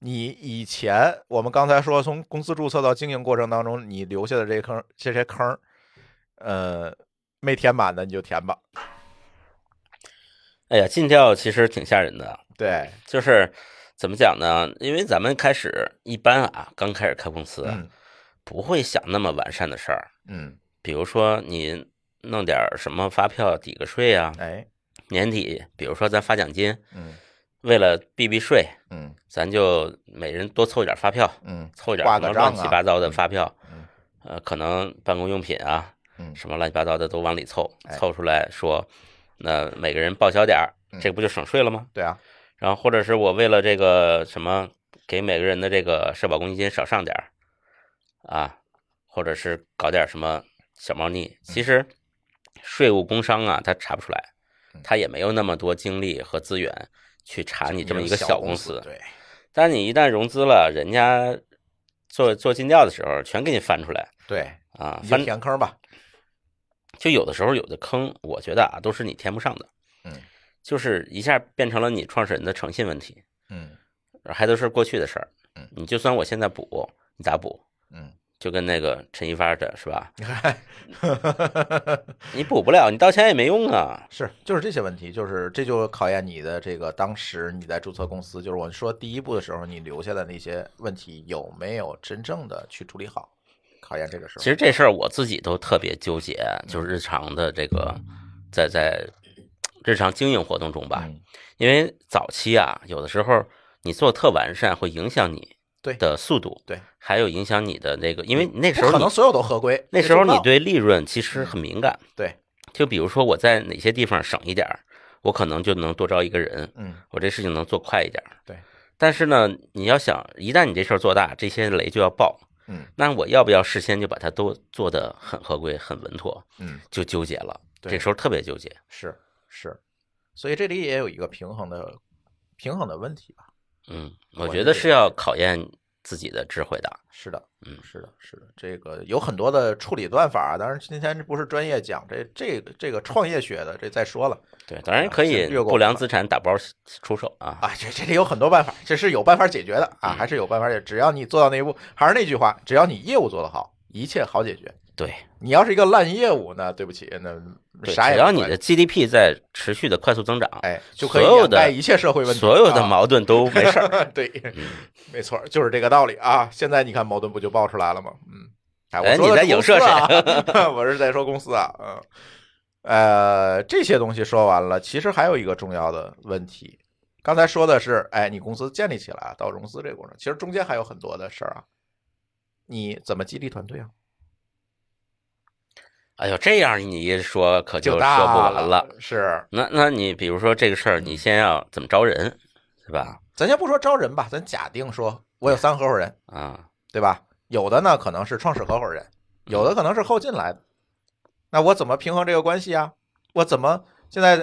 S1: 你以前我们刚才说从公司注册到经营过程当中，你留下的这些坑，这些坑儿，呃，没填满的你就填吧。
S2: 哎呀，尽调其实挺吓人的，啊
S1: 对，
S2: 就是怎么讲呢？因为咱们开始一般啊，刚开始开公司啊，
S1: 嗯
S2: 不会想那么完善的事儿，
S1: 嗯，
S2: 比如说你弄点儿什么发票抵个税啊，
S1: 哎，
S2: 年底比如说咱发奖金，
S1: 嗯
S2: 为了避避税，
S1: 嗯
S2: 咱就每人多凑一点儿发票，
S1: 嗯
S2: 凑一点
S1: 挂
S2: 儿
S1: 个
S2: 什么
S1: 账
S2: 乱
S1: 啊
S2: 七八糟的发票
S1: 嗯，
S2: 呃，可能办公用品啊，
S1: 嗯
S2: 什么乱七八糟的都往里凑
S1: 哎，
S2: 凑出来说，那每个人报销点儿
S1: 嗯，
S2: 这不就省税了吗？
S1: 对啊，
S2: 然后或者是我为了这个什么，给每个人的这个社保公积金少上点儿啊，或者是搞点什么小猫腻。其实税务工商啊，他查不出来
S1: 嗯，
S2: 他也没有那么多精力和资源去查啊你这么一个
S1: 小
S2: 小公
S1: 司
S2: 司。
S1: 对，
S2: 但是你一旦融资了，人家做做尽调的时候，全给你翻出来
S1: 对，
S2: 啊，
S1: 你就
S2: 翻
S1: 填坑吧。
S2: 就有的时候有的坑，我觉得啊，都是你填不上的，
S1: 嗯
S2: 就是一下变成了你创始人的诚信问题。
S1: 嗯
S2: 还都是过去的事儿
S1: 嗯。
S2: 你就算我现在补，你咋补？
S1: 嗯，
S2: 就跟那个陈一发似的，是吧？
S1: 你看。
S2: 你补不了，你道歉也没用啊。
S1: 是，就是这些问题，就是这就考验你的这个当时你在注册公司，就是我说第一步的时候，你留下的那些问题有没有真正的去处理好，考验这个时候。
S2: 其实这事儿我自己都特别纠结，就是日常的这个，在在日常经营活动中吧，
S1: 嗯
S2: 因为早期啊，有的时候你做特完善会影响你
S1: 对
S2: 的速度，
S1: 对，
S2: 还有影响你的那个，因为那时
S1: 不可
S2: 候你
S1: 能所有都合规，
S2: 那
S1: 这
S2: 时候
S1: 做不
S2: 你
S1: 到嗯
S2: 对利润其实很敏感，
S1: 对，
S2: 就比如说我在哪些地方省一点儿，我可能就能多招一个人，
S1: 嗯
S2: 我这事情能做快一点儿。
S1: 对，
S2: 但是呢，你要想，一旦你这事儿做大，这些雷就要爆。
S1: 嗯
S2: 那我要不要事先就把它都做得很合规、很稳妥，
S1: 嗯
S2: 就纠结了。
S1: 对
S2: 这时候特别纠结。
S1: 是是，所以这里也有一个平衡的平衡的问题吧。
S2: 嗯，
S1: 我
S2: 我
S1: 理
S2: 觉得
S1: 解
S2: 是要考验自己的智慧的。
S1: 是的，
S2: 嗯
S1: 是的，是的，这个有很多的处理办法啊，当然今天不是专业讲这这个这个创业学的，这再说了。
S2: 对，当然
S1: 啊
S2: 可以
S1: 先略过
S2: 不良
S1: 吧
S2: 资产打包出手啊。
S1: 啊，这这里有很多办法，这是有办法解决的啊，
S2: 嗯
S1: 还是有办法解决。只要你做到那一步，还是那句话，只要你业务做得好，一切好解决。
S2: 对，
S1: 你要是一个烂业务，那对不起，那
S2: 对，
S1: 啥也
S2: 只
S1: 不
S2: 要你
S1: 管
S2: 的 GDP 在持续的快速增长，
S1: 哎，就可以
S2: 所有
S1: 掩盖
S2: 的
S1: 一切社会问题，
S2: 所有的
S1: 啊
S2: 矛盾都没 事儿。
S1: 对，
S2: 嗯
S1: 没错，就是这个道理啊。现在你看矛盾不就爆出来了吗？嗯，哎，我
S2: 哎
S1: 说的
S2: 你
S1: 是公
S2: 在影射
S1: 司啊？ 我是在说公司啊，嗯，呃，这些东西说完了，其实还有一个重要的问题。刚才说的是，哎，你公司建立起来到融资这个过程，其实中间还有很多的事儿啊。你怎么激励团队啊？
S2: 哎呦，这样你一说可就说不
S1: 大
S2: 完
S1: 了，嗯是。
S2: 那那你比如说这个事儿，你先要怎么招人，对吧？
S1: 咱先不说招人吧，咱假定说我有三合伙人，
S2: 啊，
S1: 对吧？有的呢可能是创始合伙人，有的可能是后进来的。那我怎么平衡这个关系啊？我怎么现在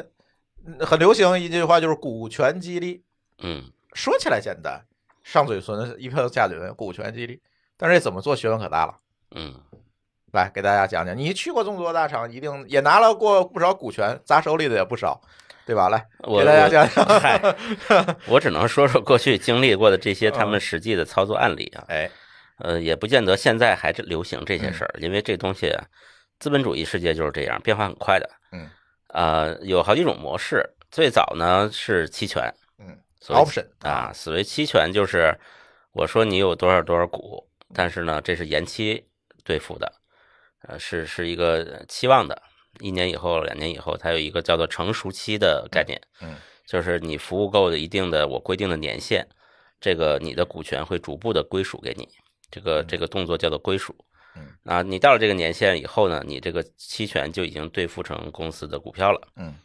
S1: 嗯很流行一句话就是股权激励，
S2: 嗯，
S1: 说起来简单，上嘴唇一票下嘴唇，股权激励，但是这怎么做学问可大了。
S2: 嗯，
S1: 来给大家讲讲，你去过众多大厂，一定也拿了过不少股权，砸手里的也不少，对吧？来
S2: 我
S1: 给大家讲讲，
S2: 我
S1: 嗯
S2: 嗨，我只能说说过去经历过的这些他们实际的操作案例啊。
S1: 哎，
S2: 呃，也不见得现在还是流行这
S1: 嗯
S2: 些事儿，因为这东西，啊资本主义世界就是这样，变化很快的。
S1: 嗯，
S2: 呃，有好几种模式。最早呢是期权，
S1: 嗯
S2: 所谓
S1: ，option
S2: 啊，所谓期权就是我说你有多少多少股，但是呢，这是延期兑付的，呃，是是一个期望的，一年以后、两年以后，它有一个叫做成熟期的概念，
S1: 嗯，
S2: 就是你服务够的一定的我规定的年限，这个你的股权会逐步的归属给你，这个这个动作叫做归属
S1: 嗯。
S2: 啊，你到了这个年限以后呢，你这个期权就已经兑付成公司的股票了。
S1: 嗯，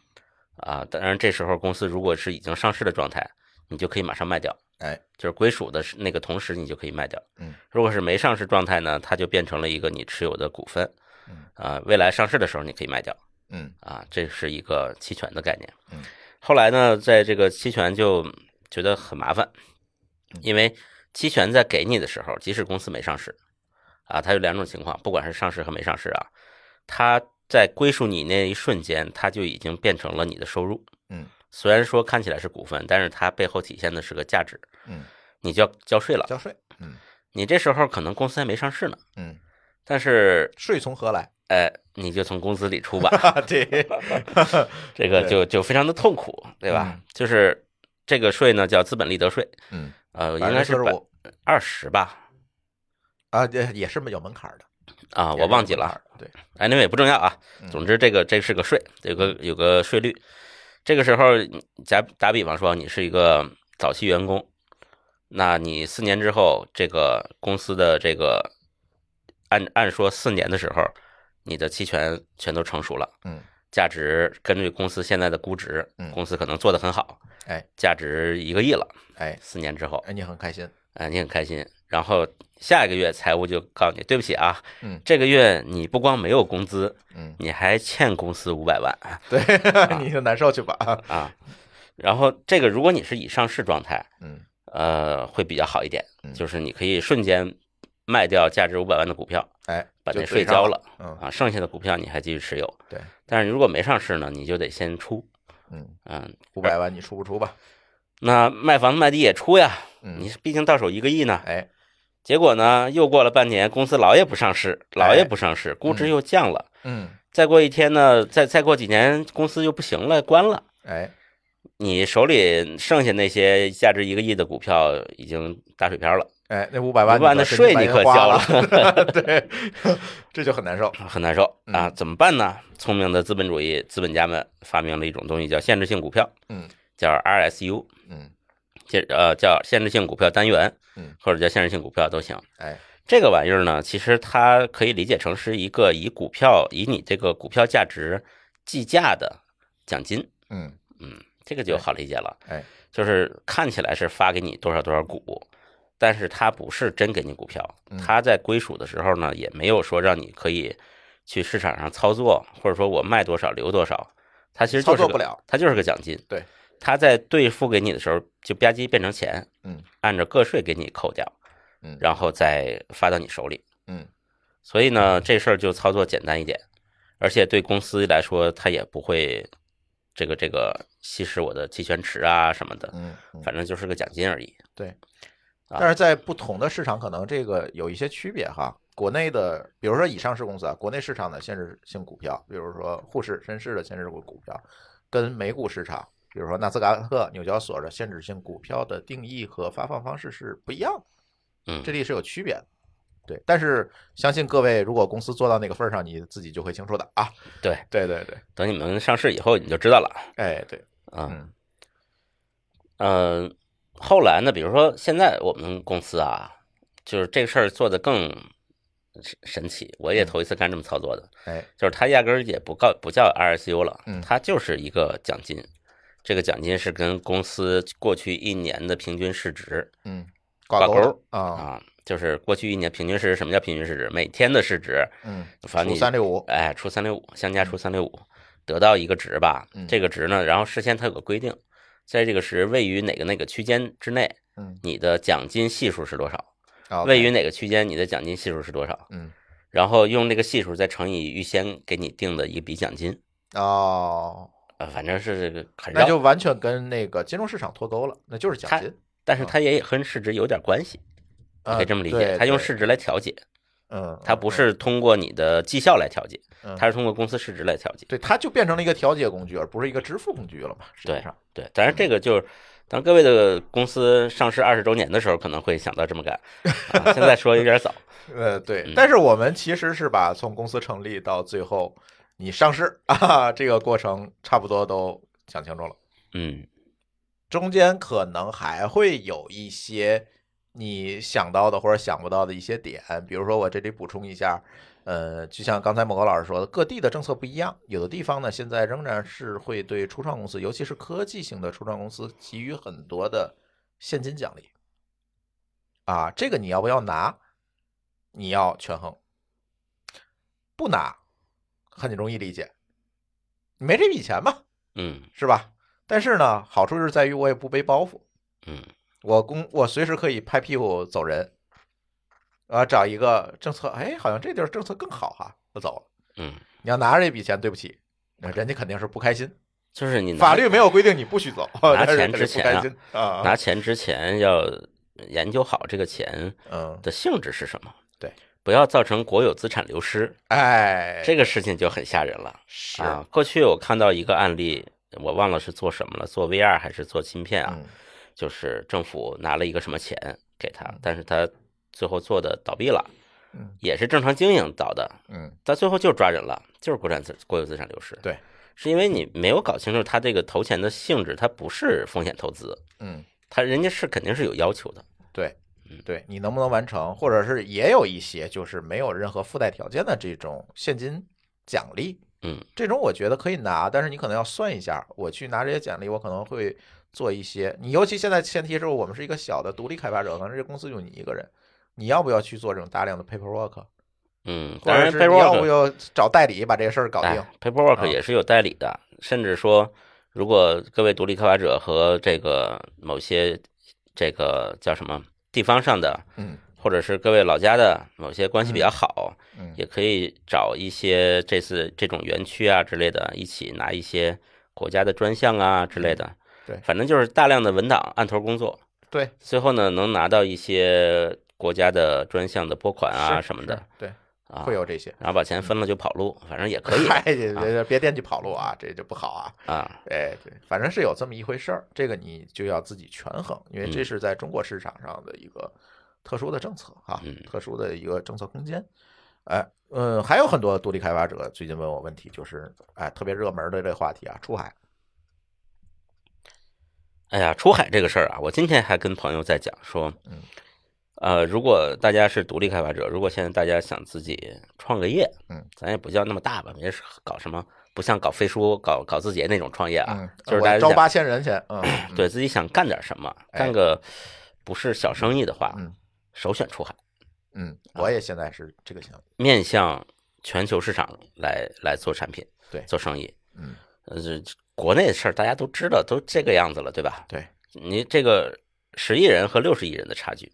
S2: 啊，当然这时候公司如果是已经上市的状态，你就可以马上卖掉。
S1: 哎，
S2: 就是归属的是那个同时，你就可以卖掉。
S1: 嗯，
S2: 如果是没上市状态呢，它就变成了一个你持有的股份。
S1: 嗯，
S2: 啊，未来上市的时候你可以卖掉。
S1: 嗯
S2: 啊，这是一个期权的概念。
S1: 嗯，
S2: 后来呢，在这个期权就觉得很麻烦，
S1: 嗯
S2: 因为期权在给你的时候，即使公司没上市，啊，它有两种情况，不管是上市和没上市啊，它在归属你那一瞬间，它就已经变成了你的收入。
S1: 嗯，
S2: 虽然说看起来是股份，但是它背后体现的是个价值，
S1: 嗯，
S2: 你就要交税了。
S1: 交税，嗯
S2: 你这时候可能公司还没上市呢，
S1: 嗯，
S2: 但是
S1: 税从何来？
S2: 哎，你就从公司里出吧。
S1: 啊， 对，
S2: 这个
S1: 对
S2: 就就非常的痛苦，对吧？
S1: 嗯
S2: 就是这个税呢叫资本利得税，
S1: 嗯，
S2: 呃，应
S1: 百
S2: 该
S1: 分之
S2: 是
S1: 四十五
S2: 二十吧，
S1: 啊，这也是有门槛儿的
S2: 啊，
S1: 也是有
S2: 我忘记
S1: 门槛
S2: 了，
S1: 儿的对，
S2: 哎，那个也不重要啊
S1: 嗯。
S2: 总之，这个这是个税，有个有个税率。这个时候，假打比方说，你是一个早期员工，那你四年之后，这个公司的这个按按说四年的时候，你的期权全都成熟了。
S1: 嗯
S2: 价值根据公司现在的估值
S1: 嗯，
S2: 公司可能做得很好，
S1: 哎，
S2: 价值一个亿了，
S1: 哎
S2: 四年之后，
S1: 哎，你很开心，
S2: 哎，你很开心。然后下一个月财务就告诉你，对不起啊，
S1: 嗯
S2: 这个月你不光没有工资，
S1: 嗯，
S2: 你还欠公司五百万
S1: 对， 你就难受去吧，啊
S2: 啊。然后这个如果你是以上市状态，
S1: 嗯
S2: 呃，会比较好一点
S1: 嗯，
S2: 就是你可以瞬间卖掉价值五百万的股票，
S1: 哎，
S2: 把
S1: 就对
S2: 那税
S1: 上
S2: 交了，
S1: 嗯
S2: 啊，剩下的股票你还继续持有。
S1: 对，
S2: 但是如果没上市呢，你就得先出，
S1: 嗯，
S2: 嗯，
S1: 五百万你出不出吧？
S2: 那卖房子卖地也出呀，
S1: 嗯，
S2: 你毕竟到手一个亿呢。
S1: 哎，
S2: 结果呢，又过了半年，公司老也不上市，老
S1: 哎
S2: 也不上市，估值又降了。
S1: 嗯，
S2: 再过一天呢，再再过几年，公司又不行了，关了。
S1: 哎，
S2: 你手里剩下那些价值一个亿的股票已经打水漂了，
S1: 哎，那五百万
S2: 五万的
S1: 可
S2: 税
S1: 真
S2: 你
S1: 白
S2: 可
S1: 花
S2: 交
S1: 了
S2: 了，
S1: 对，这就很难受。
S2: 很难受啊！
S1: 嗯
S2: 怎么办呢？聪明的资本主义资本家们发明了一种东西，叫限制性股票，
S1: 嗯
S2: 叫 RSU，
S1: 嗯，
S2: 这呃叫限制性股票单元，
S1: 嗯，
S2: 或者叫限制性股票都行。
S1: 哎，
S2: 这个玩意儿呢，其实它可以理解成是一个以股票以你这个股票价值计价的奖金，
S1: 嗯
S2: 这个就好理解了。
S1: 哎，
S2: 就是看起来是发给你多少多少股，但是它不是真给你股票
S1: 嗯，
S2: 它在归属的时候呢，也没有说让你可以去市场上操作，或者说我卖多少留多少，它其实就
S1: 操
S2: 是
S1: 作
S2: 个
S1: 不了，
S2: 它就是个奖金。
S1: 对，
S2: 它在兑付给你的时候就吧唧变成钱，
S1: 嗯，
S2: 按照个税给你扣掉，
S1: 嗯
S2: 然后再发到你手里。
S1: 嗯
S2: 所以呢，这事儿就操作简单一点，而且对公司来说，它也不会这个这个稀释我的期权池啊什么的，
S1: 嗯嗯，
S2: 反正就是个奖金而已。
S1: 对。
S2: 啊
S1: 但是在不同的市场，可能这个有一些区别哈。国内的，比如说以上市公司啊，国内市场的限制性股票，比如说沪市、深市的限制股股票，跟美股市场，比如说纳斯达克、纽交所的限制性股票的定义和发放方式是不一样的。
S2: 嗯
S1: 这，里是有区别的。对，但是相信各位，如果公司做到那个份儿上，你自己就会清楚的啊。
S2: 对，
S1: 对对对，
S2: 等你们上市以后你就知道了
S1: 哎对，
S2: 啊。
S1: 嗯
S2: 嗯、后来呢，比如说现在我们公司啊，就是这事儿做的更神神奇，我
S1: 嗯
S2: 也头一次干这么操作的。
S1: 哎
S2: 就是它压根儿也不告不叫 RSU 了
S1: 嗯，
S2: 它就是一个奖金。这个奖金是跟公司过去一年的平均市值
S1: 嗯，
S2: 挂
S1: 钩的
S2: 钩
S1: 啊，
S2: 啊，就是过去一年平均市值。什么叫平均市值？每天的市值，
S1: 嗯，
S2: 反正
S1: 除
S2: 你
S1: 三六五，
S2: 哎，除三六五，相加除三六五，得到一个值吧
S1: 嗯。
S2: 这个值呢，然后事先它有个规定，在这个值位于哪个哪个区间之内，
S1: 嗯，
S2: 你的奖金系数是多少？
S1: 啊，
S2: 位于哪个区间，你的奖金系数是多少？
S1: 嗯
S2: 然后用这个系数再乘以预先给你定的一笔奖金。
S1: 哦，
S2: 呃，反正是这个很绕，
S1: 那就完全跟那个金融市场脱钩了，那就是奖
S2: 它
S1: 金
S2: 但是它也跟市值有点关系你可以这么理
S1: 啊嗯对
S2: 解，它用
S1: 对
S2: 市值来调节，
S1: 嗯，
S2: 它不是通过你的绩效来调节，
S1: 嗯
S2: 它是通过公司市值来调节。
S1: 对，它就变成了一个调节工具，而不是一个支付工具了嘛？实际上，
S2: 对，当然这个就是当各位的公司上市二十周年的时候，可能会想到这么干，啊、现在说有点早。
S1: 呃，对
S2: 嗯。
S1: 但是我们其实是把从公司成立到最后你上市啊这个过程差不多都讲清楚了，
S2: 嗯，
S1: 中间可能还会有一些你想到的或者想不到的一些点，比如说我这里补充一下。呃，就像刚才某个老师说的，各地的政策不一样，有的地方呢现在仍然是会对初创公司，尤其是科技型的初创公司给予很多的现金奖励。啊，这个你要不要拿？你要权衡，不拿很容易理解，你没这笔钱嘛，
S2: 嗯
S1: 是吧？但是呢，好处就是在于我也不背包袱，
S2: 嗯
S1: 我公我随时可以拍屁股走人，啊，找一个政策，哎，好像这地儿政策更好哈，我走了。
S2: 嗯，
S1: 你要拿着这笔钱，对不起，那人家肯定是不开心。
S2: 就是你拿
S1: 法律没有规定你不许走，
S2: 拿
S1: 但是
S2: 钱
S1: 肯定
S2: 之
S1: 不
S2: 前
S1: 开
S2: 啊
S1: 心啊，
S2: 拿钱之前要研究好这个钱
S1: 嗯，
S2: 的性质是什么，
S1: 对，
S2: 不要造成国有资产流失，
S1: 哎，
S2: 这个事情就很吓人了。
S1: 是
S2: 啊，过去我看到一个案例，我忘了是做什么了，做 VR 还是做芯片啊？
S1: 嗯
S2: 就是政府拿了一个什么钱给他，但是他最后做的倒闭了，
S1: 嗯
S2: 也是正常经营倒的，
S1: 嗯，
S2: 到最后就是抓人了，就是国产资国有资产流失。
S1: 对，
S2: 是因为你没有搞清楚他这个投钱的性质，它不是风险投资，
S1: 嗯，
S2: 他人家是肯定是有要求的。
S1: 对，对你能不能完成，或者是也有一些就是没有任何附带条件的这种现金奖励，
S2: 嗯，
S1: 这种我觉得可以拿，但是你可能要算一下，我去拿这些奖励，我可能会做一些，你尤其现在前提是我们是一个小的独立开发者，可能这公司就你一个人，你要不要去做这种大量的 paperwork，
S2: 嗯，
S1: 或
S2: 当
S1: 者
S2: 然
S1: 是你要不
S2: paperwork，
S1: 要找代理把这个事儿搞定
S2: 哎？，paperwork
S1: 啊
S2: 也是有代理的，甚至说，如果各位独立开发者和这个某些这个叫什么地方上的，
S1: 嗯
S2: 或者是各位老家的某些关系比较好，
S1: 嗯
S2: 也可以找一些这次这种园区啊之类的，一起拿一些国家的专项啊之类的。
S1: 嗯对
S2: 反正就是大量的文档按头工作，
S1: 对
S2: 最后呢能拿到一些国家的专项的拨款啊
S1: 是
S2: 什么的
S1: 是对，
S2: 啊，
S1: 会有这些。
S2: 然后把钱分了就跑路，反正也可以
S1: 嗨，别别别惦记跑路啊，这就不好啊。
S2: 啊。
S1: 哎，对，反正是有这么一回事儿，这个你就要自己权衡，因为这
S2: 嗯
S1: 是在中国市场上的一个特殊的政策啊，
S2: 嗯
S1: 特殊的一个政策空间。哎，嗯，还有很多独立开发者最近问我问题，就是哎，特别热门的这个话题啊，出海，
S2: 哎呀，出海这个事儿啊，我今天还跟朋友在讲说
S1: 嗯，
S2: 呃，如果大家是独立开发者，如果现在大家想自己创个业，
S1: 嗯，
S2: 咱也不叫那么大吧，别是搞什么，不像搞飞书、搞搞字节那种创业啊，
S1: 嗯，
S2: 就是
S1: 我
S2: 大家
S1: 招
S2: 想
S1: 八千人去，嗯，嗯
S2: 对自己想干点什么，
S1: 哎
S2: 干个不是小生意的话，
S1: 嗯
S2: 首选出海，
S1: 嗯，我也现在是这个想法，
S2: 面向全球市场来来做产品，
S1: 对
S2: 做生意。
S1: 嗯，
S2: 呃，这国内的事儿大家都知道，都这个样子了，对吧？
S1: 对，
S2: 你这个十亿人和六十亿人的差距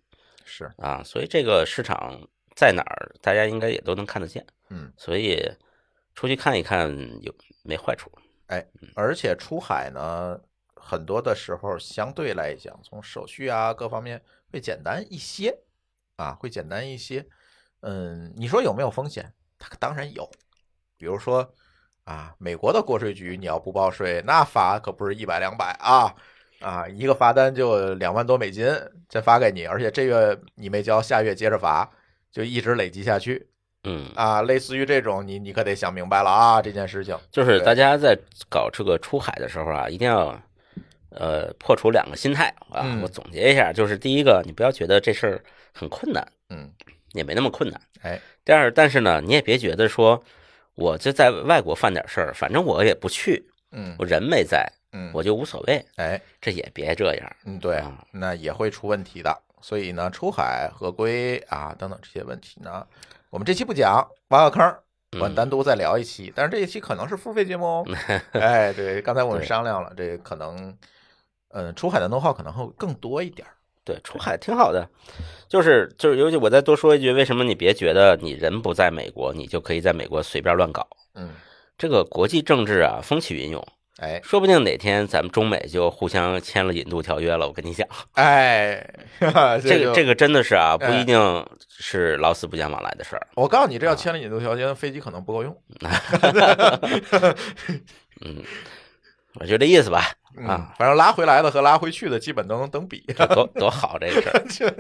S1: 是，
S2: 啊，所以这个市场在哪儿，大家应该也都能看得见，
S1: 嗯，
S2: 所以出去看一看有没坏处。
S1: 而且出海呢，很多的时候相对来讲，从手续啊各方面会简单一些，啊，会简单一些。嗯，你说有没有风险？它当然有，比如说啊，美国的国税局你要不报税，那罚可不是一百两百啊。啊，一个罚单就两万多美金，再发给你，而且这月你没交，下月接着罚，就一直累积下去
S2: 嗯，
S1: 啊。类似于这种，你你可得想明白了啊，这件事情。
S2: 就是
S1: 对
S2: 大家在搞这个出海的时候啊，一定要呃破除两个心态啊。
S1: 嗯
S2: 我总结一下，就是第一个，你不要觉得这事儿很困难，
S1: 嗯，
S2: 也没那么困难。
S1: 哎，
S2: 第二，但是呢，你也别觉得说我就在外国犯点事儿，反正我也不去，
S1: 嗯
S2: 我人没在，
S1: 嗯，
S2: 我就无所谓。
S1: 哎，
S2: 这也别这样，
S1: 嗯，对
S2: 啊，
S1: 那也会出问题的。所以呢，出海合规啊等等这些问题呢，我们这期不讲，挖个坑儿，我
S2: 嗯
S1: 单独再聊一期。但是这一期可能是付费节目 哦。哎，对，刚才我们
S2: 对
S1: 商量了，这可能，嗯，出海的 know how 可能会更多一点儿。
S2: 对，出海挺好的。就是就是，尤其我再多说一句，为什么你别觉得你人不在美国，你就可以在美国随便乱搞？
S1: 嗯，
S2: 这个国际政治啊，风起云涌。
S1: 哎
S2: 说不定哪天咱们中美就互相签了引渡条约了。我 跟你讲，
S1: 哎，哈哈
S2: 这个这
S1: 个，
S2: 个真的是啊，不
S1: 哎
S2: 一定是老死不相往来的事儿。
S1: 我告诉你，
S2: 啊
S1: 这要签了引渡条件，飞机可能不够用
S2: 嗯，我就这意思吧。
S1: 嗯
S2: 啊
S1: 反正拉回来的和拉回去的基本都能等比，
S2: 这多多好这个事 儿。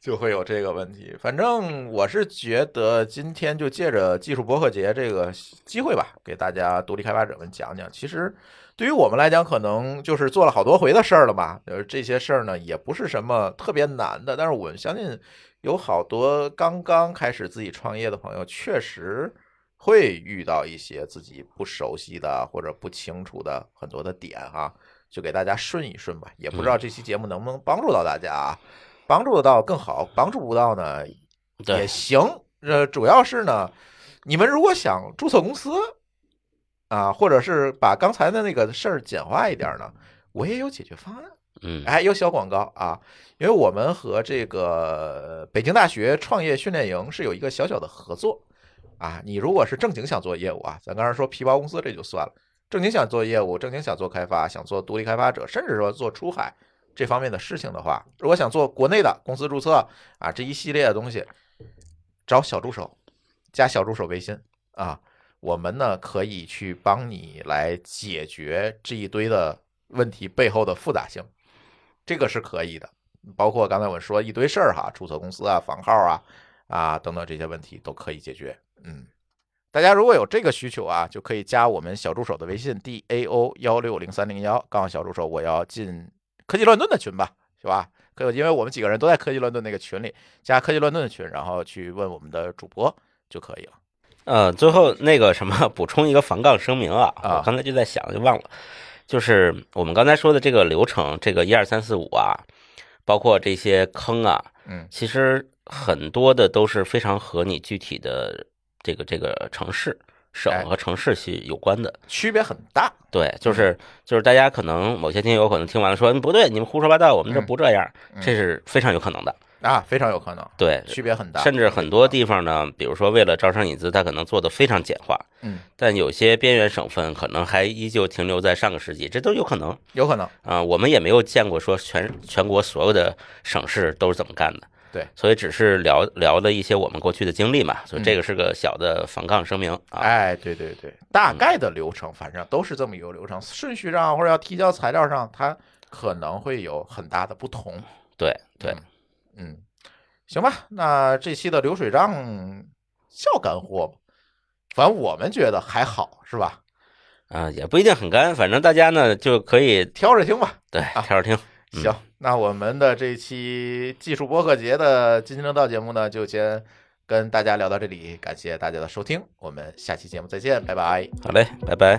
S1: 就会有这个问题。反正我是觉得今天就借着技术博客节这个机会吧，给大家独立开发者们讲讲，其实对于我们来讲，可能就是做了好多回的事儿了吧。呃，这些事儿呢，也不是什么特别难的，但是我相信有好多刚刚开始自己创业的朋友，确实。会遇到一些自己不熟悉的或者不清楚的很多的点哈、就给大家顺一顺吧。也不知道这期节目能不能帮助到大家啊，帮助得到更好，帮助不到呢也
S2: 对，
S1: 行。呃，主要是呢，你们如果想注册公司啊，或者是把刚才的那个事儿简化一点儿呢，我也有解决方案。
S2: 嗯，
S1: 哎，有小广告啊，因为我们和这个北京大学创业训练营是有一个小小的合作啊。你如果是正经想做业务啊，咱刚才说皮包公司这就算了，正经想做业务，正经想做开发，想做独立开发者，甚至说做出海这方面的事情的话，如果想做国内的公司注册啊，这一系列的东西，找小助手，加小助手微信啊，我们呢可以去帮你来解决这一堆的问题背后的复杂性。这个是可以的。包括刚才我说一堆事儿哈，注册公司啊、房号啊、啊等等这些问题都可以解决。嗯，大家如果有这个需求啊，就可以加我们小助手的微信 d a o 幺六零三零幺，告诉小助手我要进科技乱炖的群吧，是吧？可因为我们几个人都在科技乱炖那个群里，加科技乱炖的群，然后去问我们的主播就可以了。
S2: 呃，最后那个什么，补充一个防杠声明啊，
S1: 啊
S2: 我刚才就在想，就忘了，就是我们刚才说的这个流程，这个一二三四五啊，包括这些坑啊，
S1: 嗯
S2: 其实很多的都是非常和你具体的这个这个城市、省
S1: 哎嗯
S2: 和城市系有关的。
S1: 区别很大。
S2: 对，就是就是大家可能某些听友可能听完了说嗯不对，你们胡说八道，我们这
S1: 嗯
S2: 不这样，
S1: 嗯
S2: 这是非常有可能的。
S1: 啊，非常有可能，
S2: 对，
S1: 区别很大，
S2: 甚至很多地方呢，比如说为了招商引资，它可能做的非常简化，
S1: 嗯
S2: 但有些边缘省份可能还依旧停留在上个世纪，这都有可能
S1: 有可能。
S2: 啊、我们也没有见过说全全国所有的省市都是怎么干的。
S1: 对，
S2: 所以只是聊聊了一些我们过去的经历嘛，所以
S1: 嗯
S2: 这个是个小的反抗声明啊。
S1: 哎，对对对，大概的流程，反正都是这么一个流程，顺序上或者要提交材料上，它可能会有很大的不同。
S2: 对对，
S1: 嗯，行吧，那这期的流水账笑干货吧，反正我们觉得还好，是吧？
S2: 啊，也不一定很干，反正大家呢就可以
S1: 挑着听吧。
S2: 对挑着听。嗯
S1: 行，那我们的这期技术播客节的津津乐道节目呢，就先跟大家聊到这里，感谢大家的收听，我们下期节目再见，拜拜。
S2: 好嘞，拜拜。